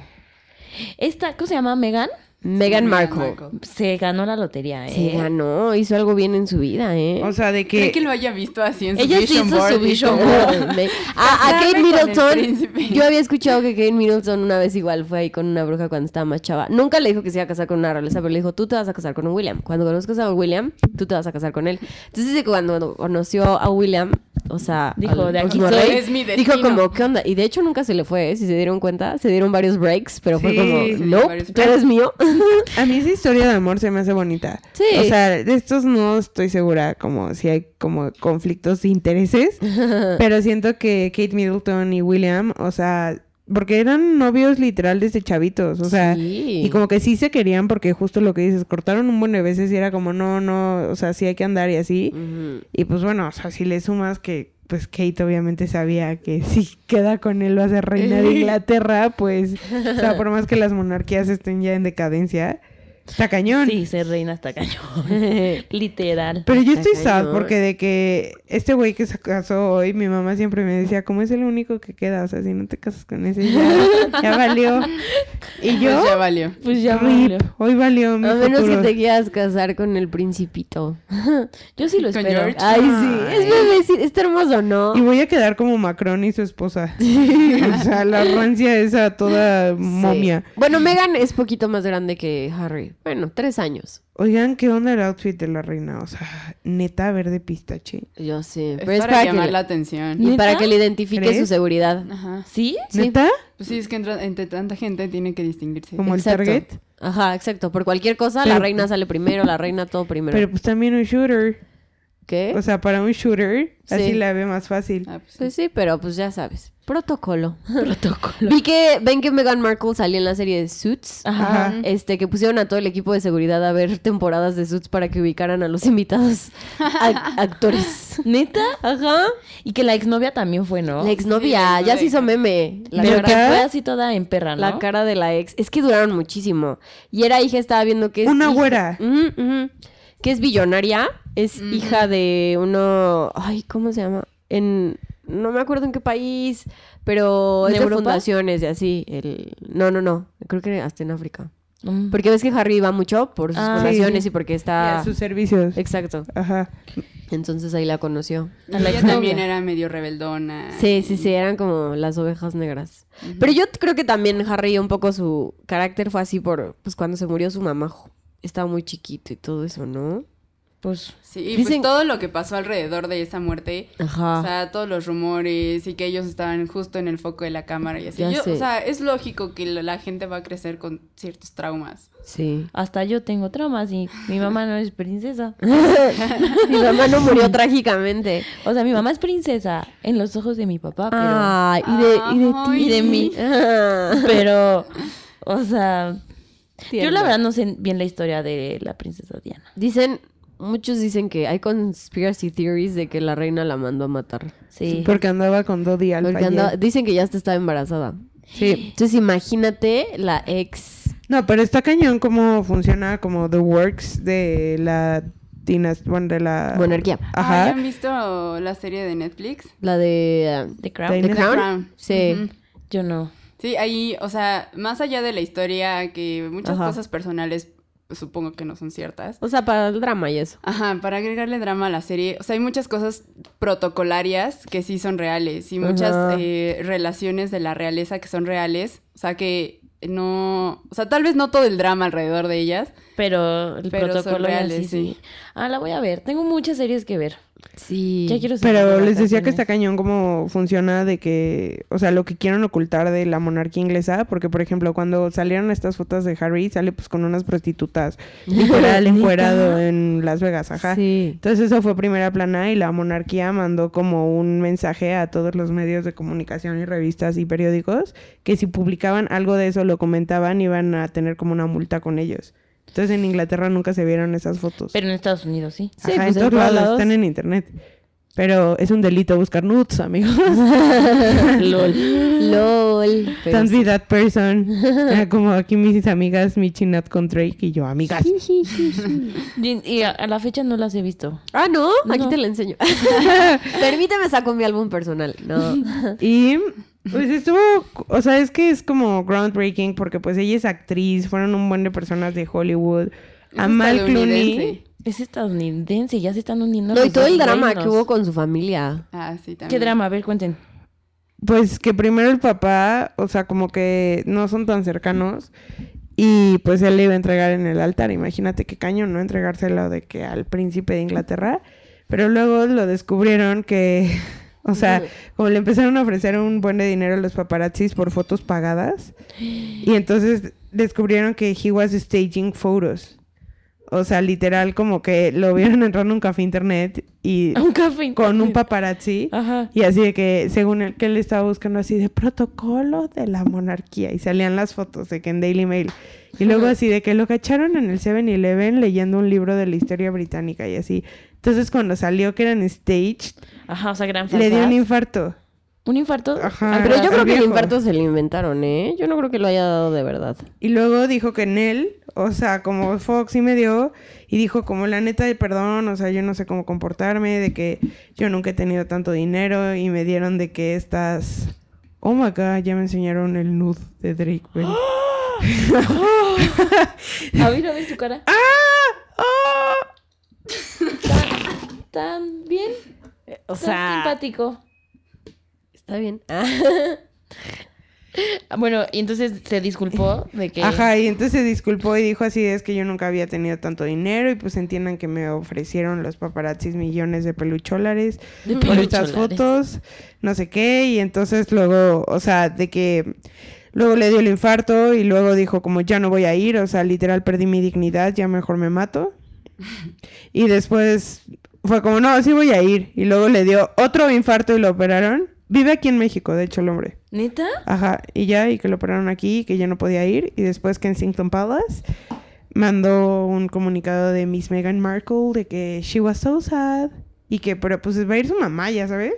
Esta, ¿cómo se llama? Megan. Meghan Markle. Se ganó la lotería, ¿eh? Se ganó, hizo algo bien en su vida, ¿eh? O sea, de ¿Cree que... que lo haya visto así en su Ella sí vision hizo board su y vision todo? board. Me- a, a Casarme Kate con el Middleton, príncipe. yo había escuchado que Kate Middleton una vez igual fue ahí con una bruja cuando estaba más chava. Nunca le dijo que se iba a casar con una realeza, pero le dijo, tú te vas a casar con un William. Cuando conozcas a William, tú te vas a casar con él. Entonces dice que cuando conoció a William, o sea, Dijo, al "De aquí Osmo soy, Rey", es mi dijo destino. como, ¿qué onda? Y de hecho nunca se le fue, ¿eh? si se dieron cuenta, se dieron varios breaks, pero fue Sí, se como, dieron no, varios tú eres mío. A mí esa historia de amor se me hace bonita. Sí. O sea, de estos no estoy segura como si hay como conflictos de intereses, pero siento que Kate Middleton y William, o sea, porque eran novios literal desde chavitos, o sea, Sí. y como que sí se querían porque justo lo que dices, cortaron un buen de veces y era como no, no, o sea, sí hay que andar y así. Ujú. Y pues bueno, o sea, si le sumas que pues Kate obviamente sabía que si queda con él va a ser reina de Inglaterra, pues o sea, por más que las monarquías estén ya en decadencia, está cañón. Sí, se reina hasta cañón. Literal. Pero yo Está estoy sad cañón. porque de que este güey que se casó hoy, mi mamá siempre me decía, ¿cómo es el único que queda? O sea, si no te casas con ese, ya, ya valió. Y yo, Pues ya valió. pues ya rip, valió. hoy valió mi A menos que futuro. te quieras casar con el principito. Yo sí lo Con espero. George. Ay, sí, es Ay. bebecito, está hermoso, ¿no? Y voy a quedar como Macron y su esposa. o sea, la rancia esa toda Sí. momia. Bueno, Megan es poquito más grande que Harry, Bueno, tres años. Oigan, ¿qué onda el outfit de la reina? O sea, neta verde pistache. Yo sé. Es Pero es Pues para, para, que llamar le- la atención. y para ¿Neta? que le identifique ¿Crees? su seguridad. Ajá. ¿Sí? ¿Neta? Pues sí, es que entra- entre tanta gente tiene que distinguirse. Como el Exacto. target. Ajá, exacto. Por cualquier cosa, la Pero- reina sale primero, la reina todo primero. Pero pues también un shooter. ¿Qué? O sea, para un shooter, así ¿Eh? Sí. la ve más fácil. Ah, pues sí. Pues sí, pero pues ya sabes. Protocolo. Protocolo. Vi que ven que Meghan Markle salió en la serie de Suits. Ajá. Ajá. Este, que pusieron a todo el equipo de seguridad a ver temporadas de Suits para que ubicaran a los invitados a- actores. ¿Neta? Ajá. Y que la exnovia también fue, ¿no? La exnovia, Sí, ya la se hizo meme. La ¿De Pero cara, que acá? fue así toda en perra, ¿no? la cara de la ex. Es que duraron muchísimo. Y era hija, estaba viendo que es. Una hija- güera. Ujú, ujú. Que es billonaria. Es hija de uno. Ay, ¿cómo se llama? En. No me acuerdo en qué país, pero es ¿De de Europa? fundaciones y así. El... No, no, no. Creo que hasta en África. Mm. Porque ves que Harry va mucho por sus Ah, fundaciones sí. y porque Y está. a sus servicios. Exacto. Ajá. Entonces ahí la conoció. Y A la ella exnovia. también era medio rebeldona. Sí, sí, sí, eran como las ovejas negras. Pero yo creo que también Harry un poco su carácter fue así por, pues cuando se murió su mamá jo- estaba muy chiquito y todo eso, ¿no? Pues, Sí, y Dicen- Ah. pues todo lo que pasó alrededor de esa muerte. Ajá. O sea, todos los rumores y que ellos estaban justo en el foco de la cámara y así. Ya Yo- sé. o sea, es lógico que lo- la gente va a crecer con ciertos traumas. sí. hasta yo tengo traumas y mi mamá no es princesa. Mi mamá no murió trágicamente. O sea, mi mamá es princesa en los ojos de mi papá, pero... Ah, y de, y de ti. Ay. Y de mí. Ah, Pero, o sea... Yo tierno. la verdad no sé bien la historia de la princesa Diana. Dicen, muchos dicen que hay conspiracy theories de que la reina la mandó a matar. Sí. Porque andaba con Dodi Alfa. Porque andaba- dicen que ya hasta estaba embarazada. Sí. Entonces imagínate la ex. No, pero está cañón cómo funciona como The Works de la dinastía, bueno, de la... Monarquía. Ah, ¿ya Ajá. ¿Han visto la serie de Netflix? La de... ah, The Crown. ¿The Dynasty Crown? Crown. Sí. Ujú. Yo no. Sí, ahí, o sea, más allá de la historia, que muchas Ajá. cosas personales pues, supongo que no son ciertas. O sea, para el drama y eso. Ajá, para agregarle drama a la serie, o sea, hay muchas cosas protocolarias que sí son reales y muchas Ajá. eh, relaciones de la realeza que son reales, o sea, que no, o sea, tal vez no todo el drama alrededor de ellas. Pero el Pero son protocolo era reales, así, sí. sí. Ah, la voy a ver. Tengo muchas series que ver. Pues Sí. Ya quiero saber Pero de les decía que vacaciones. está cañón cómo funciona de que, o sea, lo que quieren ocultar de la monarquía inglesa, porque por ejemplo, cuando salieron estas fotos de Harry, sale pues con unas prostitutas, literal encuerado en Las Vegas, ajá. Sí. Entonces eso fue primera plana y la monarquía mandó como un mensaje a todos los medios de comunicación y revistas y periódicos que si publicaban algo de eso, lo comentaban, iban a tener como una multa con ellos. Entonces en Inglaterra nunca se vieron esas fotos. Pero en Estados Unidos, sí. Sí, Ajá, pues, en en todos todos lados, lados. están en internet. Pero es un delito buscar nudes, amigos. LOL. LOL. Pero Don't be that person. Era como aquí mis amigas, mi chinat con Drake y yo, amigas. Y, y a, a la fecha no las he visto. Ah, ¿no? Aquí No. te la enseño. Permíteme saco mi álbum personal. No. Y pues estuvo, o sea, es que es como groundbreaking porque pues ella es actriz, fueron un buen de personas de Hollywood. Es A Mal Clooney. estadounidense. Es estadounidense, ya se están uniendo. No, y los todo dos el drama reinos. que hubo con su familia. Ah, sí, también. ¿Qué drama? A ver, cuenten. Pues que primero el papá, o sea, como que no son tan cercanos. Y pues él le iba a entregar en el altar. Imagínate qué caño, ¿no? Entregárselo de que al príncipe de Inglaterra. Pero luego lo descubrieron que, o sea, como le empezaron a ofrecer un buen de dinero a los paparazzis por fotos pagadas. Y entonces descubrieron que he was staging photos. O sea, literal, como que lo vieron entrando a un café internet y A un café. con un paparazzi. Ajá. Y así de que, según él, que él estaba buscando así de protocolo de la monarquía. Y salían las fotos de que en Daily Mail. Y luego así de que lo cacharon en el 7-Eleven leyendo un libro de la historia británica y así. Entonces cuando salió que eran staged, Ajá, o sea, gran le dio un falsedad. infarto. ¿Un infarto. Ajá. Ah, Pero yo al creo que el viejo. infarto se lo inventaron, ¿eh? Yo no creo que lo haya dado de verdad. Y luego dijo que en él, o sea, como Fox sí me dio, y dijo como la neta de perdón, o sea, yo no sé cómo comportarme, de que yo nunca he tenido tanto dinero y me dieron de que estas... Oh my god, ya me enseñaron el nude de Drake Bell. A ver, a ver su cara. ¡Ah! ¿Tan bien? O ¿Tan simpático? está bien. Bueno, y entonces se disculpó de que... Ajá, y entonces se disculpó y dijo así, es que yo nunca había tenido tanto dinero y pues entiendan que me ofrecieron los paparazzis millones de pelucholares De por estas pelucholares. fotos, no sé qué, y entonces luego, o sea, de que luego le dio el infarto y luego dijo como ya no voy a ir, o sea, literal perdí mi dignidad, ya mejor me mato. Y después fue como, no, sí voy a ir. Y luego le dio otro infarto y lo operaron. Vive aquí en México, de hecho, el hombre. ¿Neta? Ajá, y ya, y que lo operaron aquí, que ya no podía ir. Y después Kensington Palace mandó un comunicado de Miss Meghan Markle de que she was so sad. Y que, pero pues va a ir su mamá, ya sabes.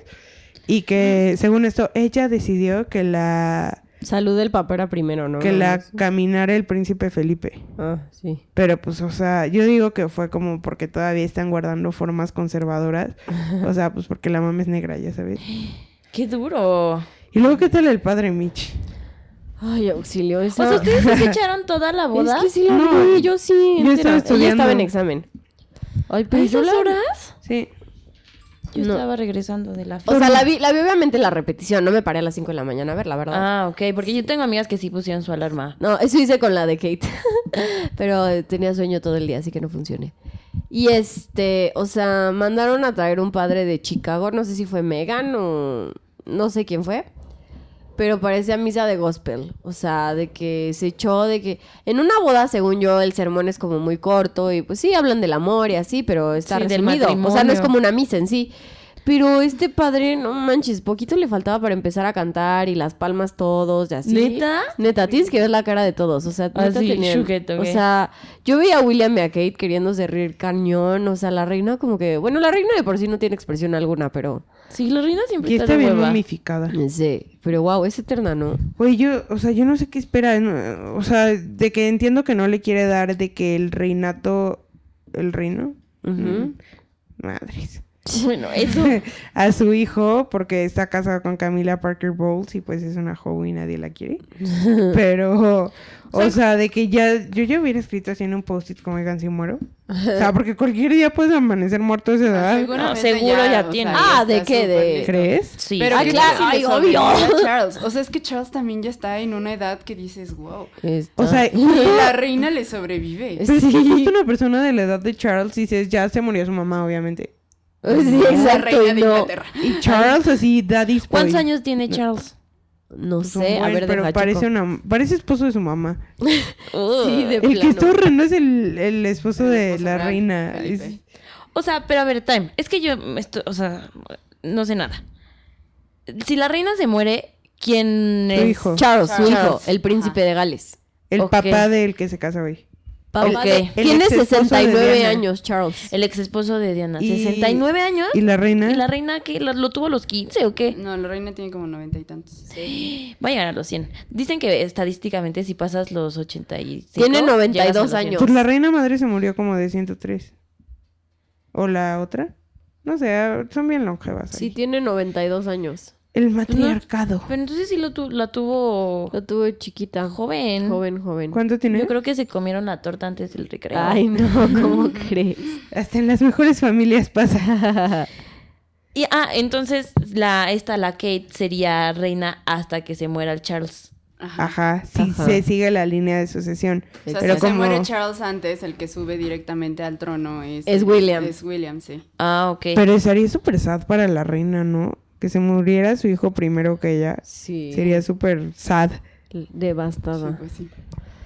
Y que, según esto, ella decidió que la, Salud del papá era primero, ¿no? que la caminara el príncipe Felipe. Ah, sí. Pero pues, o sea, yo digo que fue como porque todavía están guardando formas conservadoras. O sea, pues porque la mamá es negra, ya sabes. ¡Qué duro! Y luego, ¿qué tal el padre Mitch? Ay, auxilio. O sea, Pues ¿ustedes sí se echaron toda la boda? Es que sí la No, vi, yo sí. yo estaba entera. Ella estudiando. estaba en examen. Ay, ¿A pero yo esas la- horas? Sí. Yo No. estaba regresando de la O fiesta. sea, la vi, la vi obviamente la repetición. No me paré a las 5 de la mañana a ver, la verdad. Ah, ok, porque yo tengo amigas que sí pusieron su alarma. No, eso hice con la de Kate. Pero eh, tenía sueño todo el día, así que no funcioné. Y este, o sea, mandaron a traer un padre de Chicago. No sé si fue Megan o no sé quién fue. Pero parecía misa de gospel. O sea, de que se echó, de que. En una boda, según yo, el sermón es como muy corto. Y pues sí, hablan del amor y así, pero está Sí, del resumido. O sea, no es matrimonio. como una misa en sí. Pero este padre, no manches, poquito le faltaba para empezar a cantar y las palmas todos y así. ¿Neta? Neta, tienes que ver la cara de todos. O sea, neta Así, tenían- sujeto, O ¿qué? sea, yo veía a William y a Kate queriéndose reír cañón. O sea, la reina como que... Bueno, la reina de por sí no tiene expresión alguna, pero... Sí, la reina siempre Y está, está de bien hueva. momificada. Sí, pero wow, es eterna, ¿no? Güey, yo, o sea, yo no sé qué espera. no, O sea, de que entiendo que no le quiere dar de que el reinato. ¿El reino? mm, Ujú. Madres. Bueno, eso... a su hijo, porque está casado con Camila Parker Bowles y pues es una joven y nadie la quiere. Pero, o sea, de que ya. Yo ya hubiera escrito así en un post-it como oigan si muero. O sea, porque cualquier día puedes amanecer muerto a esa edad. Ah, Seguramente seguro ya o tiene. sea, Ah, ¿de está qué? súper ¿De- listo. ¿Crees? Sí. Pero Ah, ¿qué claro, tal si ay, los obvio. olvidó Charles. O sea, es que Charles también ya está en una edad que dices, wow. Está- O sea, Y Pues la reina le sobrevive. pero si Ah. Sí. justo una persona de la edad de Charles dices, ya se murió su mamá, obviamente. Sí, Es la exacto. reina y de no, Inglaterra. Y Charles así, daddy's boy. ¿Cuántos años tiene Charles? no Pues un sé, a buen, ver, pero deja, parece checo. una parece esposo de su mamá. Sí, de el que plano. está horrendo es el, el esposo El de esposo la real, reina. Felipe. Es- O sea, pero a ver, time. Es que yo, esto, o sea, no sé nada. Si la reina se muere, ¿quién Su es? hijo. Charles, su hijo, Charles. el príncipe de Gales. el Ok. papá del que se casa hoy. Papá Ok. de- El Tiene exesposo de 69 Diana. años, Charles. El ex esposo de Diana. Y- ¿69 Ah, años? ¿Y la reina? ¿Y la reina que ¿Lo, lo tuvo a los 15 o qué? No, la reina tiene como noventa y tantos. Va a llegar a los 100. Dicen que estadísticamente si pasas los 85... Tiene 92 llegas a los 100. años. Pues la reina madre se murió como de 103. ¿O la otra? No sé, ah, son bien longevas. ahí. Sí, tiene 92 años. El matriarcado. Pero entonces sí lo tu- la tuvo Lo tuvo chiquita. ¿Mm? joven. Joven, joven. ¿Cuánto tiene? Yo creo que se comieron la torta antes del recreo. Ay, no, ¿cómo crees? Hasta en las mejores familias pasa. Y, ah, entonces la, esta, la Kate, sería reina hasta que se muera el Charles. Ajá, sí, Ajá. se sigue la línea de sucesión. O sea, Pero si como... se muere Charles antes, el que sube directamente al trono es... Es William. Es William, sí. Ah, ok. Pero sería súper sad para la reina, ¿no? Que se muriera su hijo primero que ella. Sí. Sería súper sad. Sí, devastada. pues sí.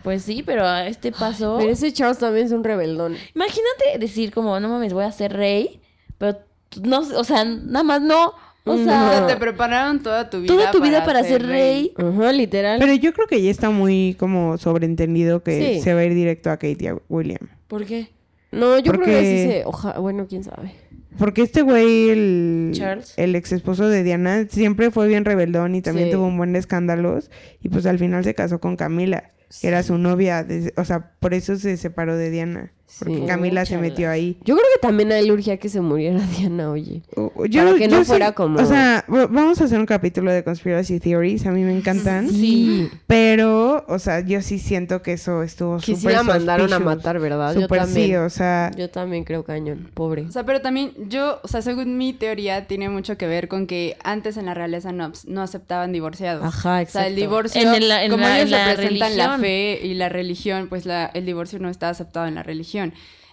Pues sí, pero a este paso. Pero ese Charles también es un rebeldón. Imagínate decir como, no mames, voy a ser rey, pero t- no, o sea, nada más no. O Mm, O sea, sea, te prepararon toda tu vida toda tu vida para ser rey. Ajá, literal. Pero yo creo que ya está muy como sobreentendido que Sí. se va a ir directo a Kate y a William. ¿Por qué? no, yo creo Porque- que sí se... Oja... Bueno, quién sabe. Porque este güey, el, Charles. el ex esposo de Diana, siempre fue bien rebeldón y también Sí. tuvo un buen de escándalos. Y pues al final se casó con Camila, que era su novia. desde- o sea, por eso se separó de Diana. Porque Sí. Camila se Muchas metió ahí. Yo creo que también a él urgía que se muriera Diana, oye. O- o- Yo, Para que no yo fuera como- O sea, va- vamos a hacer un capítulo de conspiracy theories. A mí me encantan. Sí. Pero, o sea, yo sí siento que eso estuvo Que súper sí la mandaron a suspicious. matar, ¿verdad? Yo Súper también. sí, o sea... Yo también creo cañón, pobre. O sea, pero también yo, o sea, según mi teoría, tiene mucho que ver con que antes en la realeza no, no aceptaban divorciados. Ajá, O sea, el exacto. divorcio, En el- en como la- ellos en la representan la religión. fe y la religión, pues la, el divorcio no está aceptado en la religión.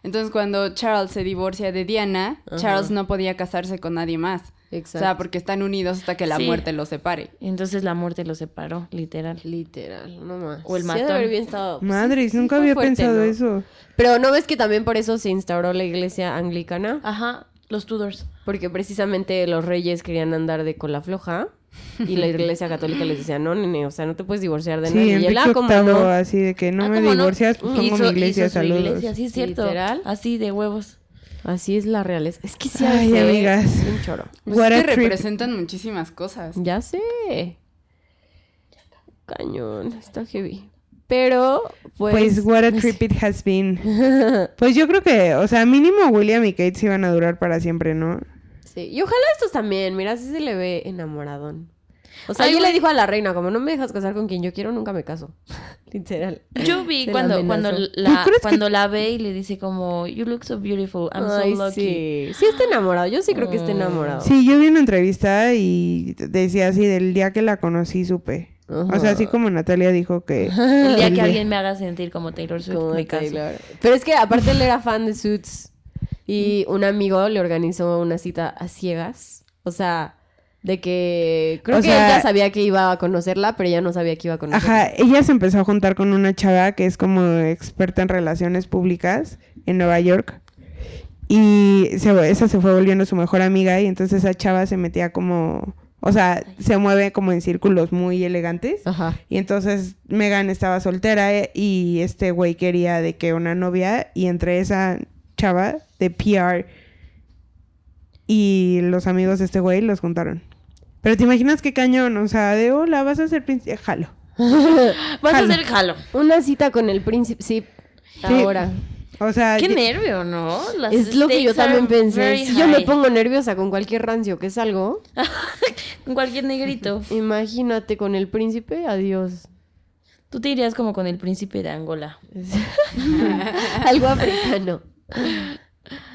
Entonces, cuando Charles se divorcia de Diana, Charles no podía casarse con nadie más. Exacto. O sea, porque están unidos hasta que la Sí. muerte los separe. Entonces la muerte los separó, literal. Literal, no más. O el Sí ha de matón. haber bien estado- Madres, pues sí, sí nunca fue había fuerte, pensado ¿no? eso. Pero ¿no ves que también por eso se instauró la iglesia anglicana? Ajá, los Tudors. Porque precisamente los reyes querían andar de cola floja y la iglesia católica les decía, no, nene, o sea, no te puedes divorciar de Sí, nadie. en Y él, "Ah, pinche ¿cómo octavo, no?". así de que no Ah, me ¿cómo divorcias, pues pongo Hizo- mi iglesia, hizo su saludos. iglesia, sí, es cierto. Literal. Así de huevos. Así es la realeza. Es que sí, Ay, hace amigas. Un choro. Pues What es a que trip. representan muchísimas cosas. Ya sé. Cañón, está heavy. Pero, pues... Pues, what a trip it has been. Pues yo creo que, o sea, mínimo William y Kate se iban a durar para siempre, ¿no? Sí, y ojalá estos también, mira, así se le ve enamoradón. O sea, Ay, ella le güey. dijo a la reina, como no me dejas casar con quien yo quiero, nunca me caso. Literal. Yo vi Se la cuando, cuando, amenazó. la, ¿Tú crees cuando la ve y le dice como, you look so beautiful, I'm Ay, so lucky. sí. Sí está enamorado, yo sí creo que está enamorado. Sí, yo vi una entrevista y decía así, del día que la conocí supe. O sea, así como Natalia dijo que... El el día que día- alguien me haga sentir como Taylor Swift, Como me caso. Taylor. Pero es que aparte él era fan de Suits y un amigo le organizó una cita a ciegas. O sea, de que creo O que sea- él ya sabía que iba a conocerla, pero ella no sabía que iba a conocerla. Ajá, ella se empezó a juntar con una chava que es como experta en relaciones públicas en Nueva York. Y se- esa se fue volviendo su mejor amiga y entonces esa chava se metía como, o sea, se mueve como en círculos muy elegantes. Ajá. Y entonces Megan estaba soltera eh, y este güey quería de que una novia y entre esa chava de PR y los amigos de este güey los juntaron. Pero te imaginas qué cañón, o sea, de hola, vas a ser príncipe, jalo. Vas Jalo. a hacer jalo. Una cita con el príncipe, sí. Ahora. O sea, Qué ye- nervio, ¿no? Las Es lo que yo stakes are también pensé. very Si yo me high. pongo nerviosa con cualquier rancio que salgo, Con cualquier negrito. imagínate con el príncipe, adiós. Tú te irías como con el príncipe de Angola. Algo africano.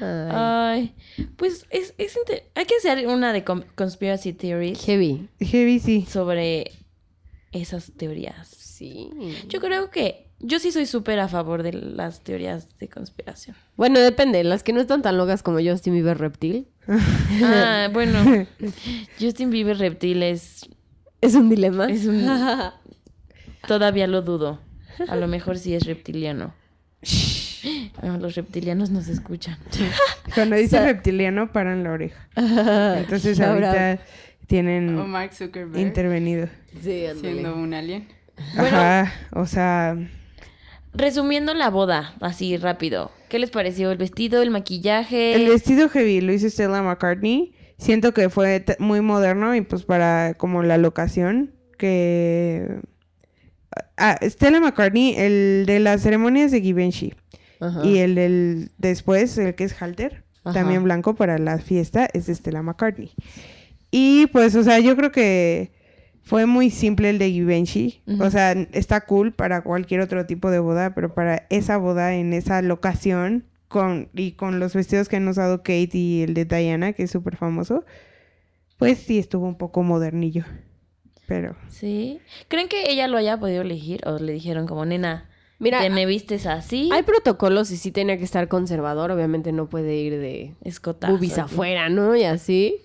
Ay, Ay, pues es, es inter- hay que hacer una de com- conspiracy theories heavy. heavy sí. sobre esas teorías. Sí. Yo creo que yo sí soy súper a favor de las teorías de conspiración. Bueno, depende. Las que no están tan locas como Justin Bieber Reptil. Ah, bueno, Justin Bieber reptiles Es un dilema. es un... Todavía lo dudo. A lo mejor sí es reptiliano. Ah, los reptilianos nos escuchan. Cuando dice reptiliano, paran la oreja. Entonces Shout ahorita tienen O Mark Zuckerberg intervenido. Sí, ándale. siendo un alien. Ajá, o sea, Resumiendo la boda, así rápido. ¿Qué les pareció el vestido, el maquillaje? el vestido heavy lo hizo Stella McCartney. Siento que fue t- muy moderno y pues para como la locación que... Ah, Stella McCartney, el de las ceremonias de Givenchy Ajá. y el del después, el que es halter, Ajá. también blanco para la fiesta, es de Stella McCartney. Y pues, o sea, yo creo que fue muy simple el de Givenchy. O sea, está cool para cualquier otro tipo de boda, pero para esa boda en esa locación con, y con los vestidos que han usado Kate y el de Diana, que es súper famoso, pues sí estuvo un poco modernillo. Pero... Sí. ¿Creen que ella lo haya podido elegir? ¿O le dijeron como, nena, Mira, te me vistes así? Hay protocolos y sí tenía que estar conservador. Obviamente no puede ir de Escotazo. boobies afuera, ¿no? Y así.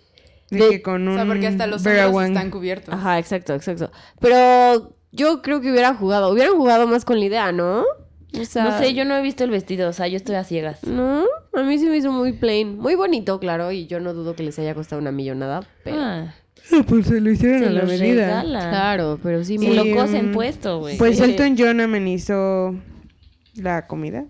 de De- que con O sea, un porque hasta los Vera hombros Wang. están cubiertos. Ajá, exacto, exacto. Pero yo creo que hubieran jugado. Hubieran jugado más con la idea, ¿no? O sea, No sé, yo no he visto el vestido, o sea, yo estoy a ciegas. No, a mí se me hizo muy plain. Muy bonito, claro, y yo no dudo que les haya costado una millonada, pero... Ah, Ah, pues se lo hicieron se a la los medida. regalan. Claro, pero sí, Se muy- lo Sí, cosen mm, puesto, güey. Eh, Pues Elton John amenizó la comida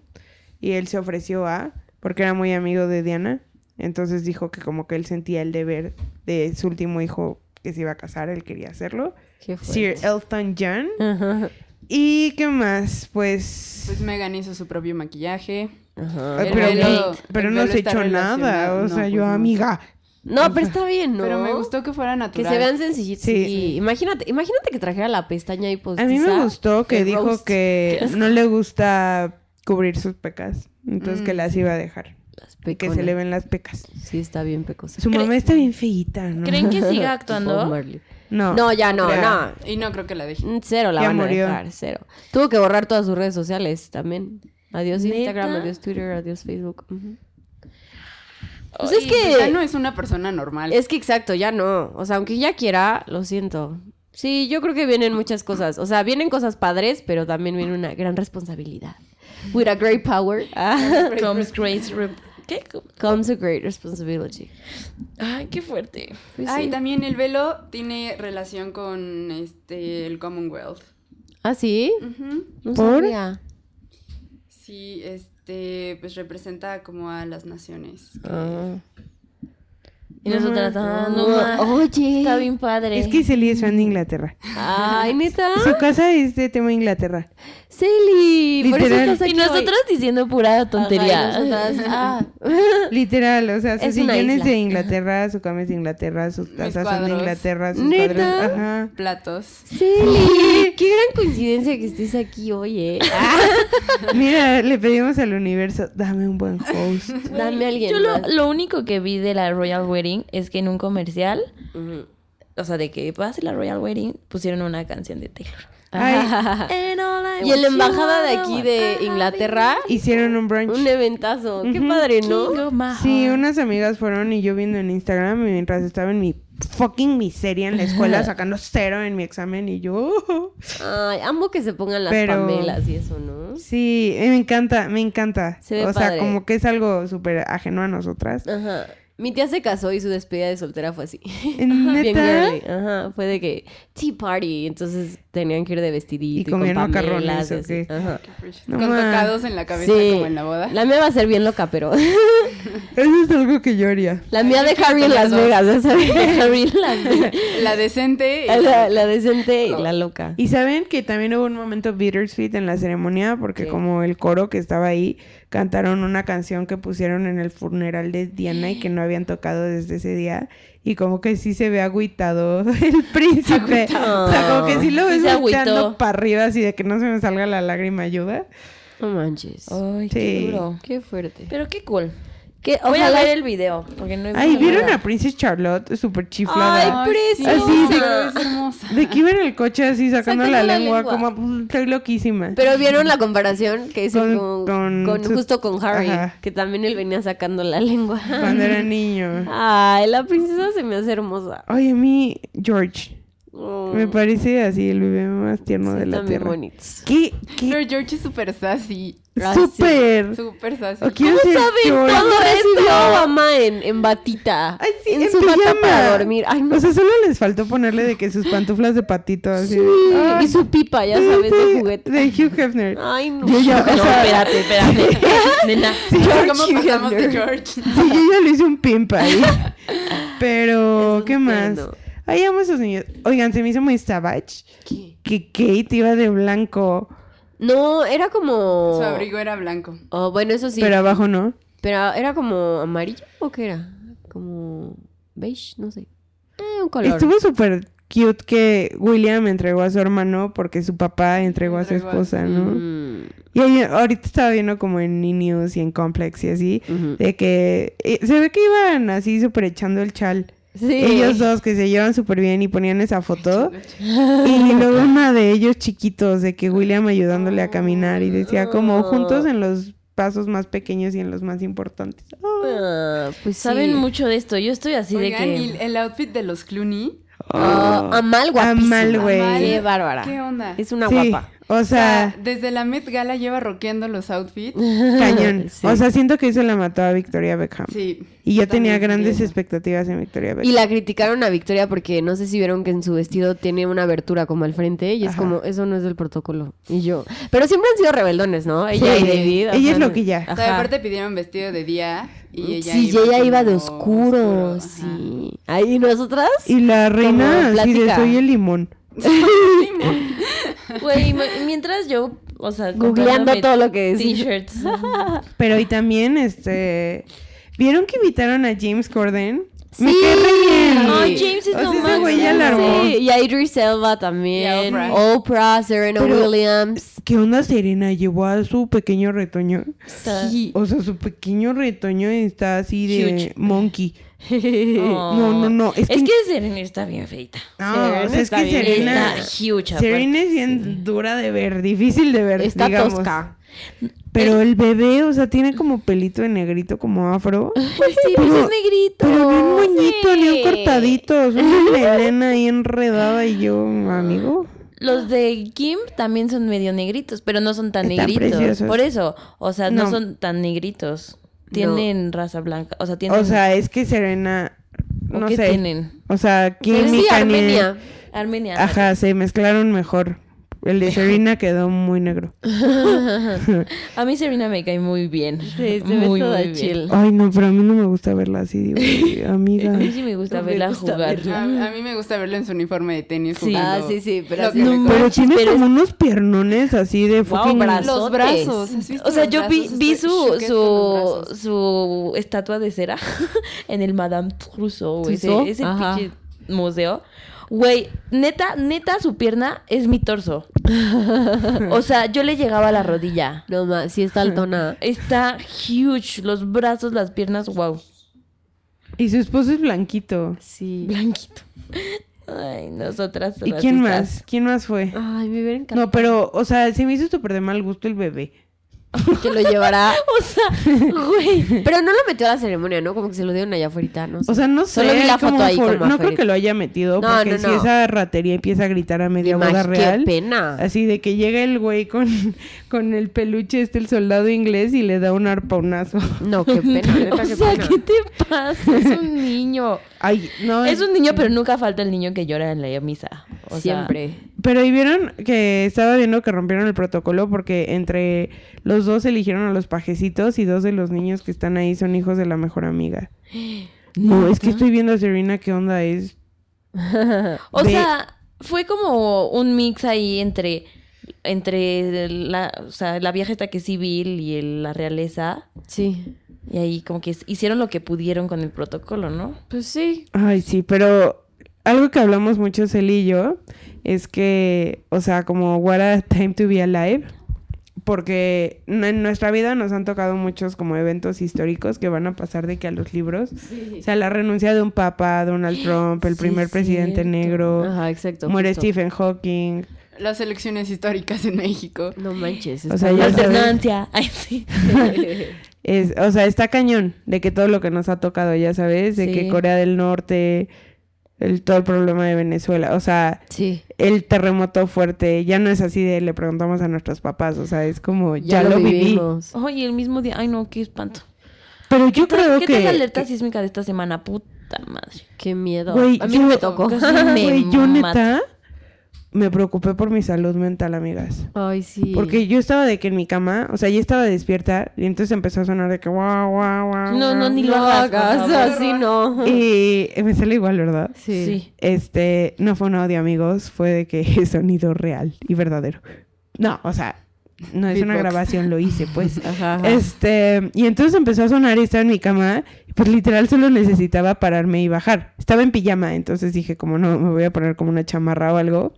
y él se ofreció a, porque era muy amigo de Diana, entonces dijo que como que él sentía el deber de su Pues. último hijo que se iba a casar, él quería hacerlo. Qué fuerte. Sir Elton John Ajá. ¿Y qué más? Pues... Pues Megan hizo su propio maquillaje. Ah, El pero, velo- no, pero el no velo se está echó nada, relacionado. o No, sea, pues yo no. amiga. No, pero está bien, ¿no? Pero me gustó que fuera Que natural. se vean sencillitos. Sí. Sí. Imagínate, imagínate que trajera la pestaña y postiza. A mí me gustó que el dijo roast. que no le gusta cubrir sus pecas, entonces que Mm. las iba a dejar, Las y que peconas. se le ven las pecas. Sí, está bien pecosa. Su mamá está bien feíta, ¿no? ¿Creen que siga Bob actuando? Marley. No. No, ya no, Crea. Y no creo que la deje. no. Mm, Cero la Ya van murió. a dejar, cero. Tuvo que borrar todas sus redes sociales también. Adiós ¿Neta? Instagram, adiós Twitter, adiós Facebook. Ujú. Pues Ay, es que- Ya no es una persona normal. Es que exacto, ya no. O sea, aunque ya quiera, lo siento. Sí, yo creo que vienen muchas cosas. O sea, vienen cosas padres, pero también viene una gran responsabilidad. With a great power ah, Comes Grace Re- ¿Qué? comes a great responsibility. Ay, qué fuerte. Pues Ay, sí. también el velo tiene relación con este el Commonwealth. ¿Ah, sí? Ujú. No ¿Por? sabía. Sí, este, pues representa como a las naciones. Ah. Y nosotras, ah, no, ma, Oye. está bien padre. Es que Celia es fan de Inglaterra. Ay, neta. Su casa es de tema Inglaterra. Celi, por eso Literal. estás aquí y nosotras diciendo pura tontería. ah, Literal, o sea, sus Es una sillones isla. de Inglaterra, su cama es de Inglaterra, sus Mis tazas son de cuadros. Inglaterra, sus ¿Neta? padres, ajá. Platos. Celi, qué gran coincidencia que estés aquí hoy, eh. Mira, le pedimos al universo, dame un buen host. Dame a alguien. Yo lo, más. lo único que vi de la Royal Wedding es que en un comercial, Ujú. o sea, de que va a ser la Royal Wedding, pusieron una canción de Taylor. Ah. Ay, And all I want Y en la you embajada de are aquí one. de Inglaterra, hicieron un brunch. un eventazo. Qué Ah, Ujú. padre, ¿no? King of my Sí, heart. unas amigas fueron y yo viendo en Instagram y mientras estaba en mi fucking miseria en la escuela sacando cero en mi examen y yo... Ay, amo que se pongan las Pero- pamelas y eso, ¿no? Sí, eh, me encanta, me encanta. Se ve o sea, padre. Ah. como que es algo súper ajeno a nosotras. Ajá. Mi tía se casó y su despedida de soltera fue así. Bien ¿Neta? girly. Ajá. Fue de que tea party. Entonces tenían que ir de Y vestidito. comían con macarrones, pamelas y así. ¿o qué? Ajá. No con ma. tocados en la cabeza Sí. como en la boda. La mía va a ser bien loca, pero. Eso es algo que yo haría. La mía de Harry en Las Vegas, ya sabes. Harry en Las Vegas. La decente. y- La, la decente y la loca. Y saben que también hubo un momento bittersweet en la ceremonia porque ¿Qué? como el coro que estaba ahí cantaron una canción que pusieron en el funeral de Diana y que no habían tocado desde ese día y como que sí se ve agüitado el príncipe. O sea, como que sí lo Sí ves se agüitó. agüitando para arriba así de que no se me salga la lágrima ayuda. No manches. Sí. Ay, qué duro. Oh, Qué fuerte. Pero qué cool. Que Voy a ojalá- ver el video, porque no he Ay, visto ¿vieron nada. a Princess Charlotte súper Ay, chiflada? Ay, sí, preciosa. Así de- es hermosa. de que iba en el coche así sacando la, Sacando la lengua, lengua. como "Mm, estoy loquísima. Pero vieron la comparación que hizo Con- con, con con- su- justo con Harry, Ajá. que también él venía sacando la lengua. Cuando era niño. Ay, la princesa se me hace hermosa. Oye, a mí, George. Oh, Me parece así el bebé más tierno sí, de la están bien tierra. bonitos. ¿Qué? Pero ¿Qué? George es súper sassy. gracias. ¡Súper! Súper sassy. O quiero ser ¿Saben? George. Cuando recibió a Obama en, en batita. Ay, sí, en, en su bata pijama. para dormir. Ay, no. O sea, solo les faltó ponerle de que sus pantuflas de patito así. sí. Ay, Y su pipa, ya sabes, de sí, juguete. Ah. De Hugh Hefner. Ay, no. Yo ya, o No, sea, espérate, espérate. Nena. ¿Cómo George pasamos de Jenner. George? sí, yo ya le hice un pimp ahí. Pero, un ¿qué más? tierno. Ay, amo a esos niños. Oigan, se me hizo muy savage que Kate iba de blanco, No, era como. Su abrigo era blanco. Oh, bueno, eso sí. pero abajo no. Pero era como amarillo o qué era? Como beige, no sé. Eh, un color. Estuvo súper cute que William entregó a su hermano porque su papá entregó a su Entregó a- esposa, ¿no? Mm, Y ahí- ahorita estaba viendo como en E-News y en Complex y así, ujú. de que eh, se ve que iban así súper echando el chal. Sí. Ellos dos que se llevan súper bien y ponían esa foto. Y luego una de ellos chiquitos, de que William ayudándole a caminar y decía como juntos en los pasos más pequeños y en los más importantes. Oh. Ah, pues Saben sí. mucho de esto. Yo estoy así Oigan, de y que. el outfit de los Clooney. Ah, Amal guapísima. Amal, güey. Amal, Qué bárbara. ¿Qué onda? Es una Sí, guapa. o O sea, sea, Ah, desde la Met Gala lleva roqueando los outfits. Mm. cañón. Sí. O sea, siento que eso la mató a Victoria Beckham. Sí. Y yo tenía también grandes entiendo. expectativas en Victoria Beckham. Y la criticaron a Victoria porque no sé si vieron que en su vestido tiene una abertura como al frente y es Ajá. como, eso no es del protocolo. Y yo. Pero siempre han sido rebeldones, ¿no? Ella Sí. y David. Ella o sea, es loquilla. O sea, Ajá. Mm, aparte pidieron vestido de día y ella sí, iba y ella iba de como oscuro, oscuro, ajá. sí. Ay, ¿y nosotras? Y la reina así de plática. soy el limón. Güey, m- mientras yo, o sea, Googleando comprándome todo lo que decís. T-shirts. Pero y también, este... ¿Vieron que invitaron a James Corden? Me Sí. cae re bien. No, James es O sea, lo ese máximo. güey ya la armó. Sí, y a Idris Elba Y también. a Oprah. Serena Pero- Williams. ¿Qué onda Serena? Llevó a su pequeño retoño. Sí. O sea, su pequeño retoño está así de Huge. monkey. No, no, no. Es, Es, que, que, Serena está bien feita. no, Serena o sea, es está que bien. Serena... Está huge. aparte. Serena es bien dura de ver, difícil de ver, Está digamos. tosca. Pero el bebé, o sea, tiene como pelito de negrito, como afro. Pues sí, pues Pero- es negrito. Pero ni un moñito, ni Oh, Sí. un cortadito, es una melena ahí enredada y yo, amigo. Los de Kim también son medio negritos, pero no son tan Están negritos. preciosos. Por eso, o sea, no, No. son tan negritos. Tienen raza blanca, o sea, tienen O sea, es que Serena, ¿o no qué sé. tienen? O sea, Kim Pero y sí, Kanye- Armenia. Armenia. Ajá, se mezclaron mejor. El de Serena quedó muy negro. A mí Serena me cae muy bien. Sí, se ve muy, toda muy bien. chill. Ay, no, pero a mí no me gusta verla así, digo, "Ay, A amiga. mí sí me gusta No me verla gusta jugar. A, a mí me gusta verlo en su uniforme de tenis. Sí. jugando Ah, sí, sí, pero lo así que no me manches, Pero tiene pero como unos piernones así de Guau, fucking... brazos. Los brazos. ¿has visto O sea, los yo vi, brazos? vi Estoy su, choqueada con los su, brazos. su estatua de cera en el Madame Trousseau, güey, Trousseau, ese, ese ajá. pinche museo. Güey, neta, neta, su pierna es mi torso. O sea, yo le llegaba a la rodilla. No más, sí está altona. Está huge, los brazos, las piernas, wow. Y su esposo es blanquito. Sí. Blanquito. Ay, nosotras. ¿Y quién racistas. más? ¿Quién más fue? Ay, me hubiera encantado No, pero, o sea, se me hizo súper de mal gusto el bebé. que lo llevara. O sea, güey. Pero no lo metió a la ceremonia, ¿no? Como que se lo dieron allá afuera, no sé. O sea, no sé. Solo vi la hay como foto ahí for- con No creo Mafer. que lo haya metido, No, porque no, si no. esa ratería empieza a gritar a media boda Imag- real. Qué pena. Así de que llega el güey con, con el peluche, este el soldado inglés, y le da un arponazo. No, qué pena. neta, O qué sea, pena. ¿qué te pasa? Es un niño. Ay, no. Es un niño, pero nunca falta el niño que llora en la misa. O sea, Siempre. Pero y vieron que estaba viendo que rompieron el protocolo porque entre los dos eligieron a los pajecitos y dos de los niños que están ahí son hijos de la mejor amiga. No, es que estoy viendo a Serena qué onda es. O Ve- sea, fue como un mix ahí entre entre la, o sea, la vieja esta que es civil y el- la realeza. Sí. Y ahí como que hicieron lo que pudieron con el protocolo, ¿no? Pues sí. Ay, sí, pero algo que hablamos mucho Cel y yo es que, o sea, como What a Time to Be Alive, porque n- en nuestra vida nos han tocado muchos como eventos históricos que van a pasar de que a los libros, o sea, la renuncia de un papa, Donald Trump, el Sí, primer presidente cierto. Ah, negro, Ajá, exacto. muere justo. Stephen Hawking, Las elecciones históricas en México. No manches. O sea, está- ya Alternancia. Ay, sí. es, o sea, está cañón de que todo lo que nos ha tocado, ya sabes, de Sí. que Corea del Norte, el, todo el problema de Venezuela, o sea... Sí. el terremoto fuerte ya no es así de le preguntamos a nuestros papás, o sea, es como ya, lo, viví. vivimos. Ay, el mismo día. Ay, no, qué espanto. Pero yo ¿Qué, creo qué que tal la alerta sísmica de esta semana? Puta madre. Qué miedo. Güey, a mí yo- no me tocó. casi me Güey, yo mato. neta me preocupé por mi salud mental, amigas. Ay, sí. Porque yo estaba de que en mi cama, o sea, ya estaba despierta y entonces empezó a sonar de que guau, guau, guau. No, no, guau. ni no lo hagas. por hagas favor. así, no. Y eh, me sale igual, ¿verdad? Sí. Sí. Este, no fue un audio, amigos, fue de que sonido real y verdadero. No, o sea, no es una Beatbox. grabación, lo hice, pues. Ajá, ajá. Este, y entonces empezó a sonar y estaba en mi cama, y pues literal solo necesitaba pararme y bajar. Estaba en pijama, entonces dije, como no, me voy a poner como una chamarra o algo.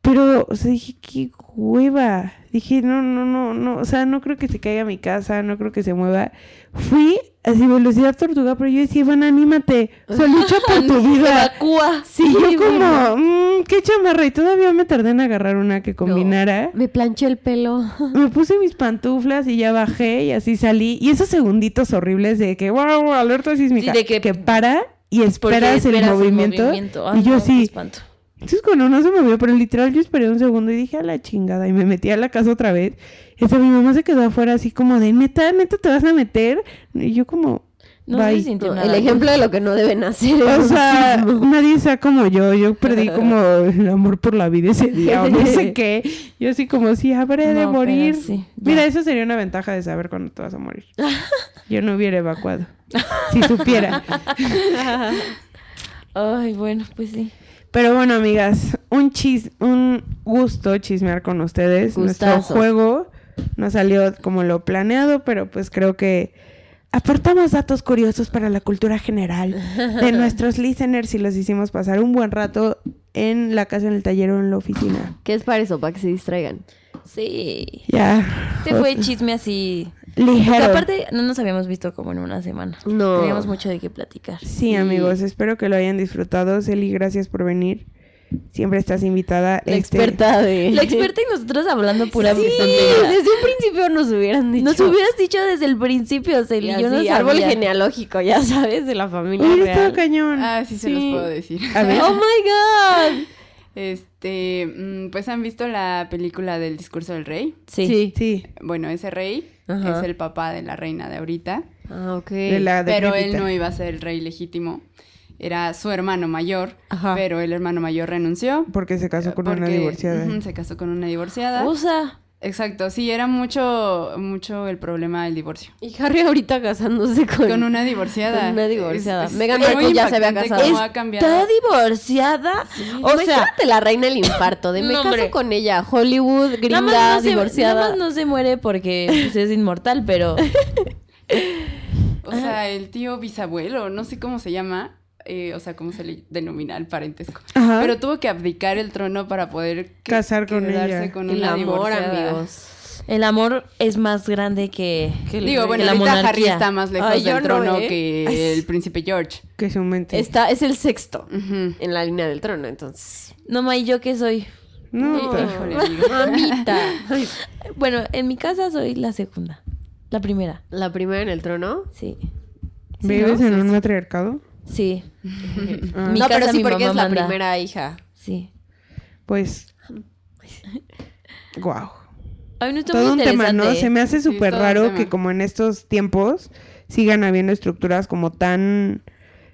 Pero, o sea, dije, qué hueva. Dije, no, no, no, no, o sea, no creo que se caiga mi casa, no creo que se mueva. Fui así, velocidad tortuga, pero yo decía, Iván, anímate, o sea, lucha por tu vida. Evacúa. Sí, yo como, "Mm, qué chamarra, y todavía me tardé en agarrar una que combinara. Me planché el pelo. Me puse mis pantuflas y ya bajé y así salí. Y esos segunditos horribles de que, wow, wow, alerta sísmica. Sí, de que- que, para y Porque esperas, el esperas movimiento. Ay, y yo no, qué sí. espanto. Entonces cuando no se movió, pero literal yo esperé un segundo y dije a la chingada. Y me metí a la casa otra vez. Y hasta mi mamá se quedó afuera así como de, neta, neta, te vas a meter. Y yo como, No bye. se sintió No, nada. el ejemplo de lo que no deben hacer. O es sea, racismo. nadie sea como yo. Yo perdí como el amor por la vida ese día o no sé qué. Yo así como, sí, habré de No, pero morir. sí, ya. Mira, eso sería una ventaja de saber cuándo te vas a morir. Yo no hubiera evacuado. si supiera. Ay, bueno, pues sí. Pero bueno, amigas, un chis, un gusto chismear con ustedes. Nuestro Gustazo. juego no salió como lo planeado, pero pues creo que apartamos datos curiosos para la cultura general de nuestros listeners y los hicimos pasar un buen rato en la casa, en el taller o en la oficina. ¿Qué es para eso? Para que se distraigan. Sí. Ya. Este fue chisme así. Porque ligero. aparte, no nos habíamos visto como en una semana. No. Teníamos mucho de qué platicar. Sí, amigos, espero que lo hayan disfrutado. Celi, gracias por venir. Siempre estás invitada. La Este, experta de... La experta y nosotros hablando pura Sí, tontería. desde un principio nos hubieran dicho. Nos hubieras dicho desde el principio, Y Celi. Yo así, no sabía. árbol genealógico, ya sabes, de la familia Hubiera real. estado cañón. Ah, sí, se los puedo decir. Mm, A ver. ¡Oh, my God! Este, mm, pues han visto la película del discurso del rey. Sí. Sí, Bueno, ese rey Ajá. es el papá de la reina de ahorita, Ah, ok. de la de pero él Crepita. no iba a ser el rey legítimo. Era su hermano mayor, Ajá. pero el hermano mayor renunció. Porque se casó con una porque, divorciada. ujú, se casó con una divorciada. Usa. Exacto, sí, era mucho, mucho el problema del divorcio. Y Harry ahorita casándose con... Con una divorciada. Con una divorciada. Es- es Meghan muy Markle ya se había impactante casado. cómo ha ¿Está cambiado. divorciada? O sea, Imagínate la reina del infarto, de me No, caso hombre. con ella, Hollywood, gringa, nada más, no se, divorciada. nada más no se muere porque pues, es inmortal, pero O ah. sea, el tío bisabuelo, no sé cómo se llama, eh, o sea, cómo se le denomina el parentesco. Ajá. Pero tuvo que abdicar el trono para poder que- Casar con quedarse ella. con El una amor, divorciada. amigos. el amor es más grande que, Digo, bueno, la ahorita monarquía. Harry está más lejos Ay, yo no, del trono ¿eh? que el príncipe George. Que su mente. Está, es el sexto Ujú. en la línea del trono, entonces. No, ma, ¿y yo qué soy? No, pero- Híjole, amigo. Mamita. Bueno, en mi casa soy la segunda. La primera, La primera en el trono. sí. ¿Vives en un matriarcado? Sí. Ah, Mi no, pero casa, sí, mi porque mamá es la manda. primera hija. Sí. Pues. Guau. Ay, no, está Todo un muy tema, ¿no? interesante. Se me hace Sí, súper todo un raro tema. que como en estos tiempos sigan habiendo estructuras como tan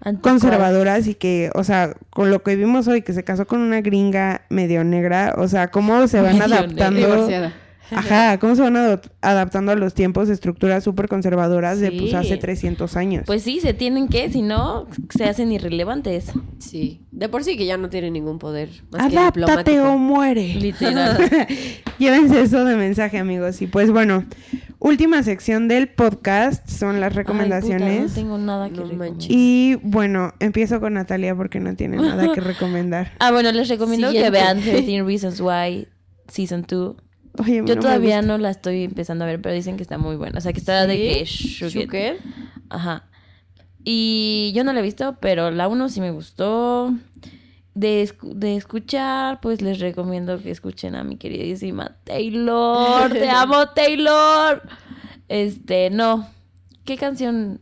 Anticuado. conservadoras y que, o sea, con lo que vimos hoy, que se casó con una gringa medio negra, o sea, cómo se van Medio negra. adaptando. Divorciada. Ajá, cómo se van adop- adaptando a los tiempos estructuras súper conservadoras de pues Sí. hace 300 años. Pues sí, se tienen que, si no, se hacen irrelevantes. Sí. De por sí que ya no tiene ningún poder. Más que Adáptate o diplomático. muere. Literal. Llévense eso de mensaje, amigos. Y pues bueno, última sección del podcast son las Ay, puta, recomendaciones. no tengo nada que No recomendar. manches. Y bueno, empiezo con Natalia porque no tiene nada que recomendar. Ah, bueno, les recomiendo que Siguiente. vean 13 Reasons Why Season 2. Oye, Yo no me todavía gusta. no la estoy empezando a ver, pero dicen que está muy buena. O sea, que está de que... shook it. Sugar. Ajá. Y yo no la he visto, pero la 1 sí me gustó. De, escu- de escuchar, pues les recomiendo que escuchen a mi queridísima Taylor. ¡Te amo, Taylor! Este, no. ¿Qué canción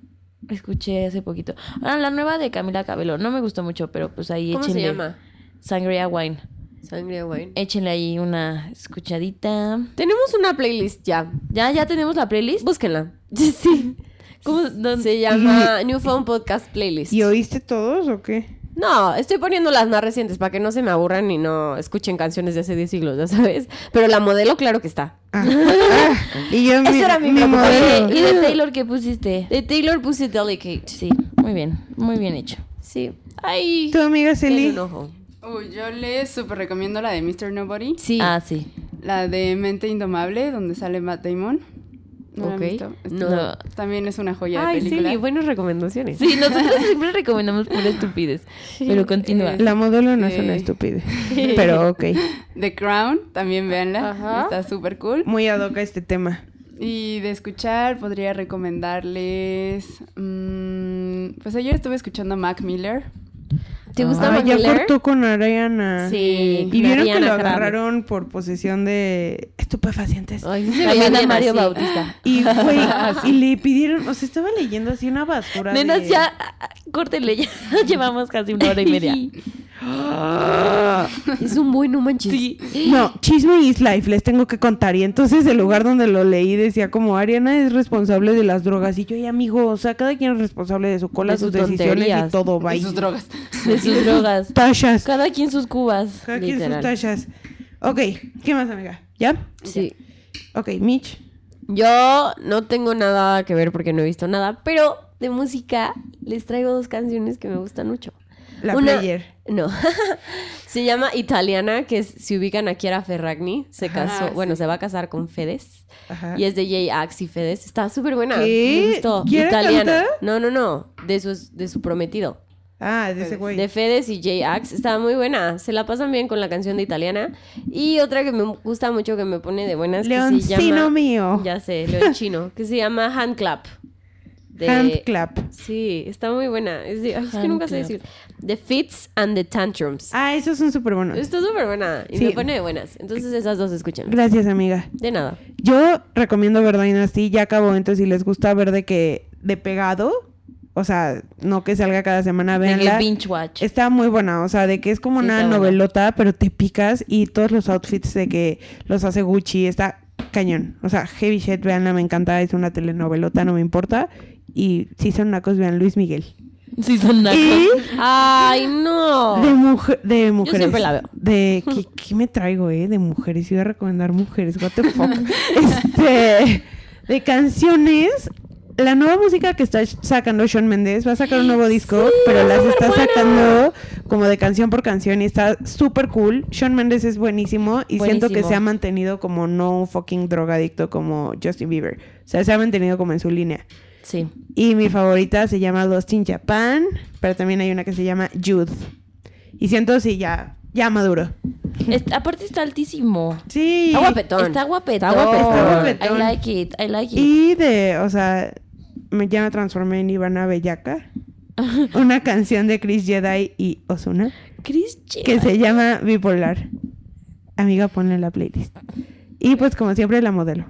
escuché hace poquito? Ah, la nueva de Camila Cabello. No me gustó mucho, pero pues ahí ¿Cómo se échenle. Eh. llama? Sangria Wine. Sangre wine. Échenle ahí una escuchadita. Tenemos una playlist ya. Ya, ya tenemos la playlist. Búsquenla. Sí. ¿Cómo? dónde- Se llama New Phone Podcast Playlist. ¿Y oíste todos o qué? No, estoy poniendo las más recientes para que no se me aburran y no escuchen canciones de hace 10 siglos, ya sabes. Pero la modelo, claro que está. Ah, ah, y yo mi, Esa era mi mi preocupación. modelo. Oye, ¿Y de Taylor qué pusiste? De Taylor puse Delicate. Sí, muy bien, muy bien hecho. Sí. Ay. ¿Tu amiga Tiene Celi? un ojo. Uy, yo les súper recomiendo la de Mr. Nobody, Sí. Ah, sí. la de Mente Indomable, donde sale Matt Damon. ¿No la han Ok. visto? Está- No. También es una joya Ay, de película. sí, buenas recomendaciones. Sí, nosotros siempre recomendamos pura estupidez. Pero continúa. La modelo no es una Sí. estúpida, pero ok. The Crown, también véanla, Ajá. está súper cool. Muy ad hoc a este tema. Y de escuchar, podría recomendarles... mm, pues ayer estuve escuchando a Mac Miller. ¿Te gusta Ah, Mac ya Miller? cortó con Ariana. Sí. Y vieron que Mariana lo Grande. agarraron por posesión de estupefacientes. Ay, sí se veía También a bien Mario así. Bautista. Y, güey, Ah, y le pidieron, o sea, estaba leyendo así una basura. Nenas, de- ya, ah, ah, córtenle, ya llevamos casi una hora y media. Es un buen no manches. Sí. No, Chisme is Life, les tengo que contar. Y entonces el lugar donde lo leí decía como Ariana es responsable de las drogas. Y yo, y amigo, o sea, cada quien es responsable de su cola, De sus, sus decisiones y tonterías. todo, Y Oh, bye. sus drogas. De sus drogas. Tachas. Cada quien sus cubas. Cada quien sus literal. tachas. Ok, ¿qué más, amiga? ¿Ya? Ok, Mitch. Yo no tengo nada que ver porque no he visto nada, pero de música les traigo dos canciones que me gustan mucho. La Una- player. No. se llama Italiana, que es- se ubican aquí era Ferragni. Se Ajá, casó, sí. bueno, se va a casar con Fedes. Ajá. Y es de Jay Axe y Fedes. Está súper buena. Ah. ¿Qué? Me gustó. ¿Quiere Italiana. cantar? No, no, no. De su, de su prometido. Ah, de ese güey. De Fedes y Jay Axe. Está muy buena. Se la pasan bien con la canción de Italiana. Y otra que me gusta mucho que me pone de buenas. que se Leoncino llama, mío. Ya sé, Leonchino. que se llama Hand Clap. De- Hand clap. Sí, está muy buena. Es, de- ay, es que Hand nunca sé clap. decir. The Fits and the Tantrums. Ah, esos son súper buenos. Está súper buena y Sí. me pone de buenas. Entonces esas dos escuchan. Gracias, amiga. De nada. Yo recomiendo ver Dynasty, ya acabó, entonces si les gusta ver de que de pegado, o sea, no que salga cada semana, De que véanla. binge watch. Está muy buena, o sea, de que es como Sí, una está buena. novelota, pero te picas y todos los outfits de que los hace Gucci, está cañón. O sea, heavy shit, véanla, me encanta, es una telenovelota, no me importa. Y si son nacos, vean Luis Miguel. Sí, son nacos. Y Ay, no. de, mujer, de mujeres. siempre la veo. De, ¿qué, qué me traigo, eh? De mujeres. Iba a recomendar mujeres. What the fuck. este, de canciones. La nueva música que está sacando Sean Méndez va a sacar un nuevo disco, pero las está sacando como de canción por canción y está súper cool. Sean Méndez es buenísimo y siento que Buenísimo. se ha mantenido como no un fucking drogadicto como Justin Bieber. O sea, se ha mantenido como en su línea. Sí. Y mi favorita se llama Lost in Japan, pero también hay una que se llama Youth. Y siento sí, ya, ya maduro. Es- aparte está altísimo. Sí. guapetón. Está guapetón. Está guapetón. Está guapetón. I like it. I like it. Y de, o sea, me, ya me transformé en Ivana Bellaca. Una canción de Chris Jedi y Osuna Chris Che- que se llama Bipolar. Amiga, ponle en la playlist. Y pues como siempre la modelo.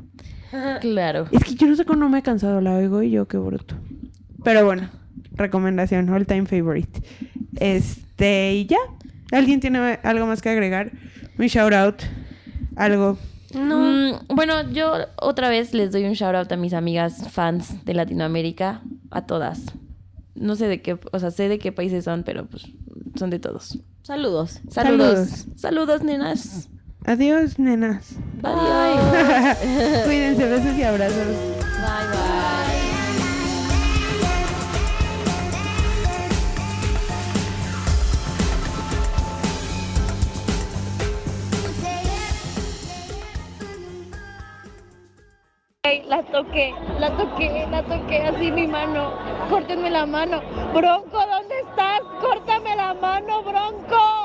Claro. Es que yo no sé cómo no me he cansado, la oigo y yo qué bruto. Pero bueno, recomendación, all time favorite. Este, y ya. ¿Alguien tiene algo más que agregar? Mi shout out. Algo. Mm, bueno, yo otra vez les doy un shout out a mis amigas fans de Latinoamérica, a todas. No sé de qué, o sea, sé de qué países son, pero pues son de todos. Saludos. Saludos. Saludos. Saludos, nenas. Adiós, nenas. Adiós. Cuídense, besos y abrazos. Ey, la toqué, la toqué, la toqué así mi mano. Córtenme la mano. Bronco, ¿dónde estás? Córtame la mano, Bronco.